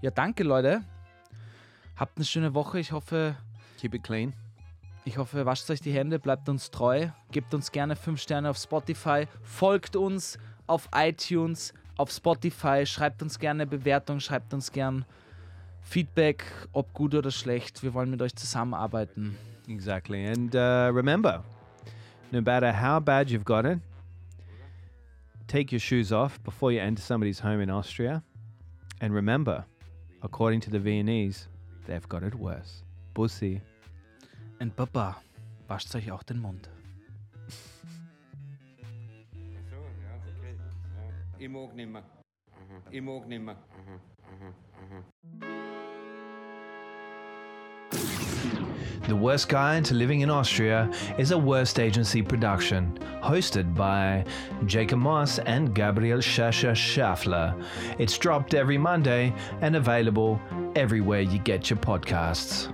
A: Ja, danke, Leute. Habt eine schöne Woche. Ich hoffe,
B: Keep it clean.
A: Ich hoffe, wascht euch die Hände, bleibt uns treu, gebt uns gerne 5 Sterne auf Spotify, folgt uns auf iTunes, auf Spotify, schreibt uns gerne Bewertung, schreibt uns gern Feedback, ob gut oder schlecht. Wir wollen mit euch zusammenarbeiten.
B: Exactly.
I: And uh, remember, no matter how bad you've gotten, take your shoes off before you enter somebody's home in Austria. And remember, according to the Viennese, they've got it worse. Bussi.
A: Und Papa, wascht euch auch den Mund.
J: Ich mag nicht mehr. Ich mag nicht mehr.
B: The Worst Guide to Living in Austria is a Worst Agency production, hosted by Jacob Moss and Gabriel Shasha Schaffler. It's dropped every Monday and available everywhere you get your podcasts.